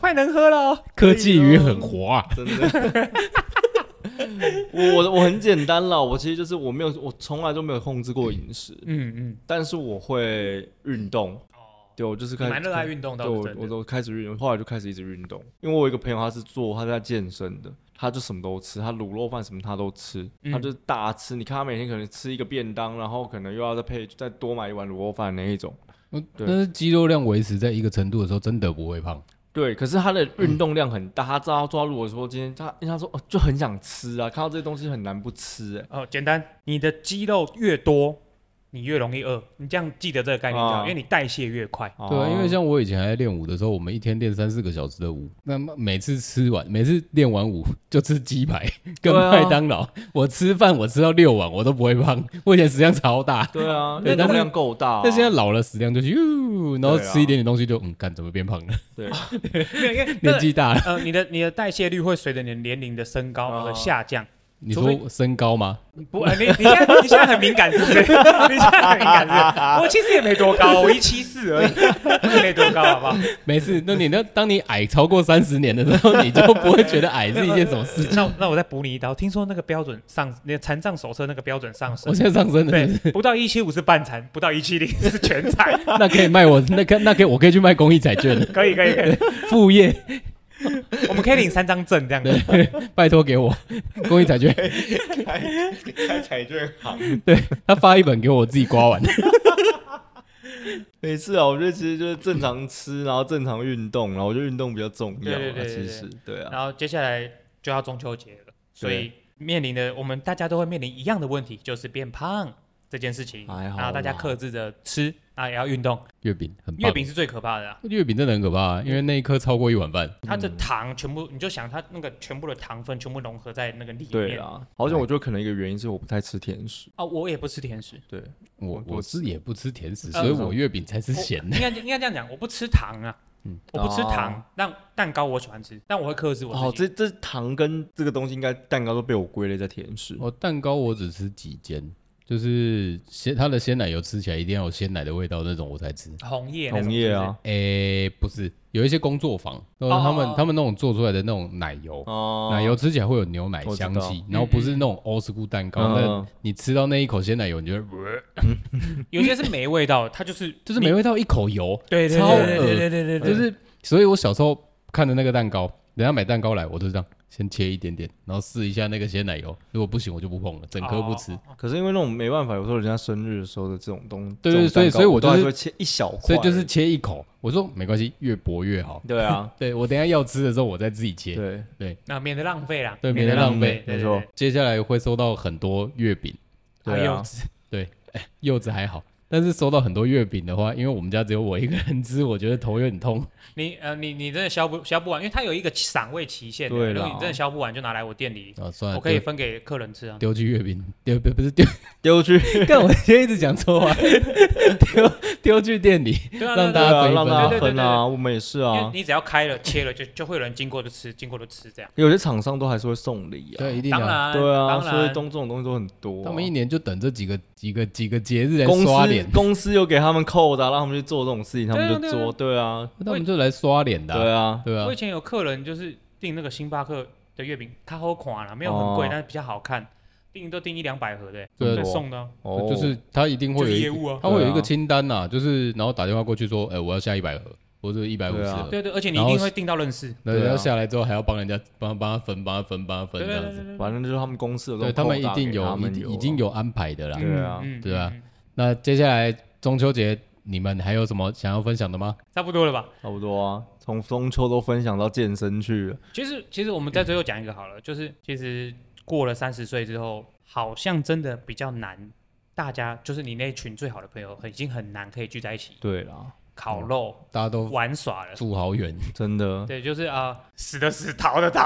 快能喝了哦。科技鱼很滑、啊，真的。 我我我很简单啦，我其实就是我没有，我从来都没有控制过饮食，嗯 嗯，但是我会运动。对，我就是你开始蛮热爱运动的，对，倒是我真我的。都开始运动，后来就开始一直运动。因为我有一个朋友，他是做他在健身的，他就什么都吃，他卤肉饭什么他都吃，嗯他就是大吃。你看他每天可能吃一个便当，然后可能又要再配再多买一碗卤肉饭那一种。对但是肌肉量维持在一个程度的时候，真的不会胖。对，可是他的运动量很大，他知道他抓。如果说今天他，因为他说哦，就很想吃啊，看到这些东西很难不吃、欸，哦，简单，你的肌肉越多，你越容易饿。你这样记得这个概念就哦好，因为你代谢越快。哦对啊，因为像我以前还在练舞的时候，我们一天练三四个小时的舞，那么每次吃完，每次练完舞就吃鸡排跟对啊麦当劳。我吃饭我吃到六碗，我都不会胖，我以前食量超大，对 啊，对那但容是量够大啊，但现在 老了食量就是哟，然后对啊吃一点点东西就嗯，干怎么变胖了？对没 有因为那年个纪大了，呃，你的你的代谢率会随着你的年龄的升高哦而下降。你除非说身高吗？不，呃你你现在你现在很敏感是不 是？你现在很敏感是不是？我其实也没多高，我一七四而已，我也没多高，好不好？没事，那你那当你矮超过三十年的时候，你就不会觉得矮是一件什么事情。那那我再补你一刀，听说那个标准上，那个残障手册那个标准上我升。现在上升了，对，不到一七五是半残，不到一七零是全残， 那可以卖我，那可那可以，我可以去卖公益彩券了，可以可以可以，副业，我们可以领三张证这样子。拜托给我 公益彩券。开开彩券啊行。他发一本给我自己刮完。 每次啊，我觉得其实就是正常吃，然后正常运动，然后我觉得运动比较重要对对啊。对对其对实对啊，然后接下来就要中秋节了，所以面临的我们大家都会面临一样的问题，就是变胖这件事情。还好然后大家啦克制着吃啊，也要运动。月饼很棒，月饼是最可怕的、啊，月饼真的很可怕、因为那一颗超过一碗半。它的糖全部，你就想它那个全部的糖分全部融合在那个里对面。啦，好像我觉得可能一个原因是我不太吃甜食，啊，我也不吃甜食，对，我我我是也不吃甜食，呃所以我月饼才是咸的。应该应该这样讲，我不吃糖啊，我不吃糖，但蛋糕我喜欢吃，但我会克制我自己。哦，这这糖跟这个东西应该蛋糕都被我归类在甜食。我哦蛋糕我只吃几间，就是鲜它的鲜奶油吃起来一定要有鲜奶的味道那种我才吃。红叶，红叶，啊，诶、不是，有一些工作坊，都是他们、哦他们那种做出来的那种奶油。哦，奶油吃起来会有牛奶我知香道气，然后不是那种 old school 蛋糕，嗯那你吃到那一口鲜奶油，你就会呃有些是没味道，它就是就是没味道，一口油，对对超恶对对对对对对，就是，所以我小时候看的那个蛋糕，人家买蛋糕来，我都是这样，先切一点点，然后试一下那个鲜奶油，如果不行我就不碰了，整颗不吃。哦可是因为那种没办法，有时候人家生日的时候的这种东，对这种蛋对糕所以所以我我都还就是会切一小块，所以就是切一口，我说没关系，越薄越好。对啊，对我等一下要吃的时候，我再自己切。对，那免得浪费啦，对免得浪费对没对错对接下来会收到很多月饼，对还有啊，柚子还好，但是收到很多月饼的话，因为我们家只有我一个人吃，我觉得头有点痛。你呃，你你真的消不消不完，因为它有一个赏味期限的。对啦如果你真的消不完，就拿来我店里，啊，算了，我可以丢分给客人吃啊。 丢去月饼，丢不不是 丢，丢去但我今天一直讲错话，丢丢去店里，对啊，让对大啊对家啊，分一让大分。家对对对分啊，我们也是因为啊，你只要开了切了，就就会有人经过就吃，经过就吃这样。有些厂商都还是会送礼啊，对，一定当的。然，对啊，当所以然，东这种东西都很多啊，他们一年就等这几个几个几个节日来公刷司脸，公司又给他们扣的啊，让他们去做这种事情，他对啊们对就啊做，对啊，他们就来刷脸的啊、对啊，对啊我以，前有客人就是订那个星巴克的月饼，它好款啦，没有很哦贵，但是比较好看，订都订一两百盒的，对啊对，送的啊，哦，就是他一定就会有是一业个，务啊。他会有一个清单啊呐、就是然后打电话过去说，哎、我要下一百盒，或者一百五十对啊盒，对对，而且你然一后定会订到认识。那对啊人家下来之后还要帮人家帮帮他分，帮他分，帮他分对这对样对子。对对，反正就是他们公司有这对种他们一扣打定给有他，们一定已经有啊有安排的啦。对啊嗯对啊，嗯嗯嗯那接下来中秋节你们还有什么想要分享的吗？差不多了吧？啊差不多啊，从中秋都分享到健身去了，其实，其实我们在最后讲一个好了，就是其实过了三十岁之后，好像真的比较难，大家就是你那群最好的朋友，很已经很难可以聚在一起对啦，烤肉、大家都玩耍了。住好远 真的，对，就是啊、嗯死的死，逃的逃。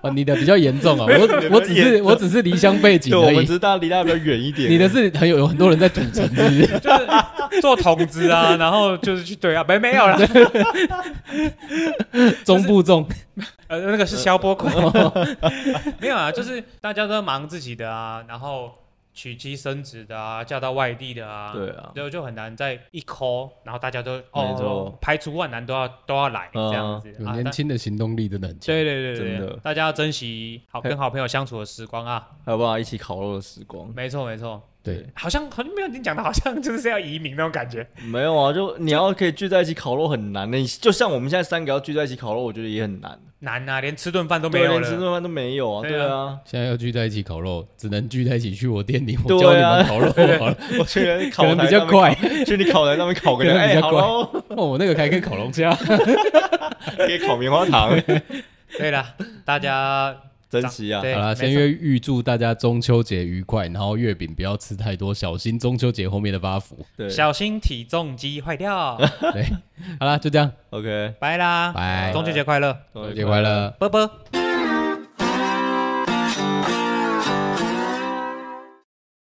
啊，你的比较严重啊，我我只是我只是离乡背景对，我而们已只，是大家离大家比较远一点，你的是很有有很多人在土城，是不是？ 就是做筒子啊， 然后就是去对啊，没没有啦，中部重，呃，那个是消波块， 没有啊，就是大家都忙自己的啊，然后娶妻生子的啊，嫁到外地的啊，对啊，就就很难在一 call，然后大家都没错哦，排除万难都要都要来嗯这样子有啊。年但轻的行动力真的很强。对对对真对的对，大家要珍惜好嘿跟好朋友相处的时光啊！还有办法一起烤肉的时光。没错没错，对，好像好像没有你讲的，好像就是要移民那种感觉。 没有啊，就你要可以聚在一起烤肉很难的，你就像我们现在三个要聚在一起烤肉，我觉得也很难，难啊，连吃顿饭都没对有连吃了。顿饭都没有啊，对对啊啊，现在要聚在一起烤肉，只能聚在一起去我店里，我对教你啊们烤肉好了， 我去人家可烤能台比较上面快。烤， 去你烤台上面烤个可能人，比哎，较好快喽，哦，我那个还跟啊烤龙虾， 可以烤棉花糖， 对了，大家珍惜啊！对好啦，没先错约预祝大家中秋节愉快，然后月饼不要吃太多，小心中秋节后面的发福。对小心体重机 坏掉，好啦，就这样， ，OK，拜啦，拜，中秋节快乐，中秋节快乐。啵啵。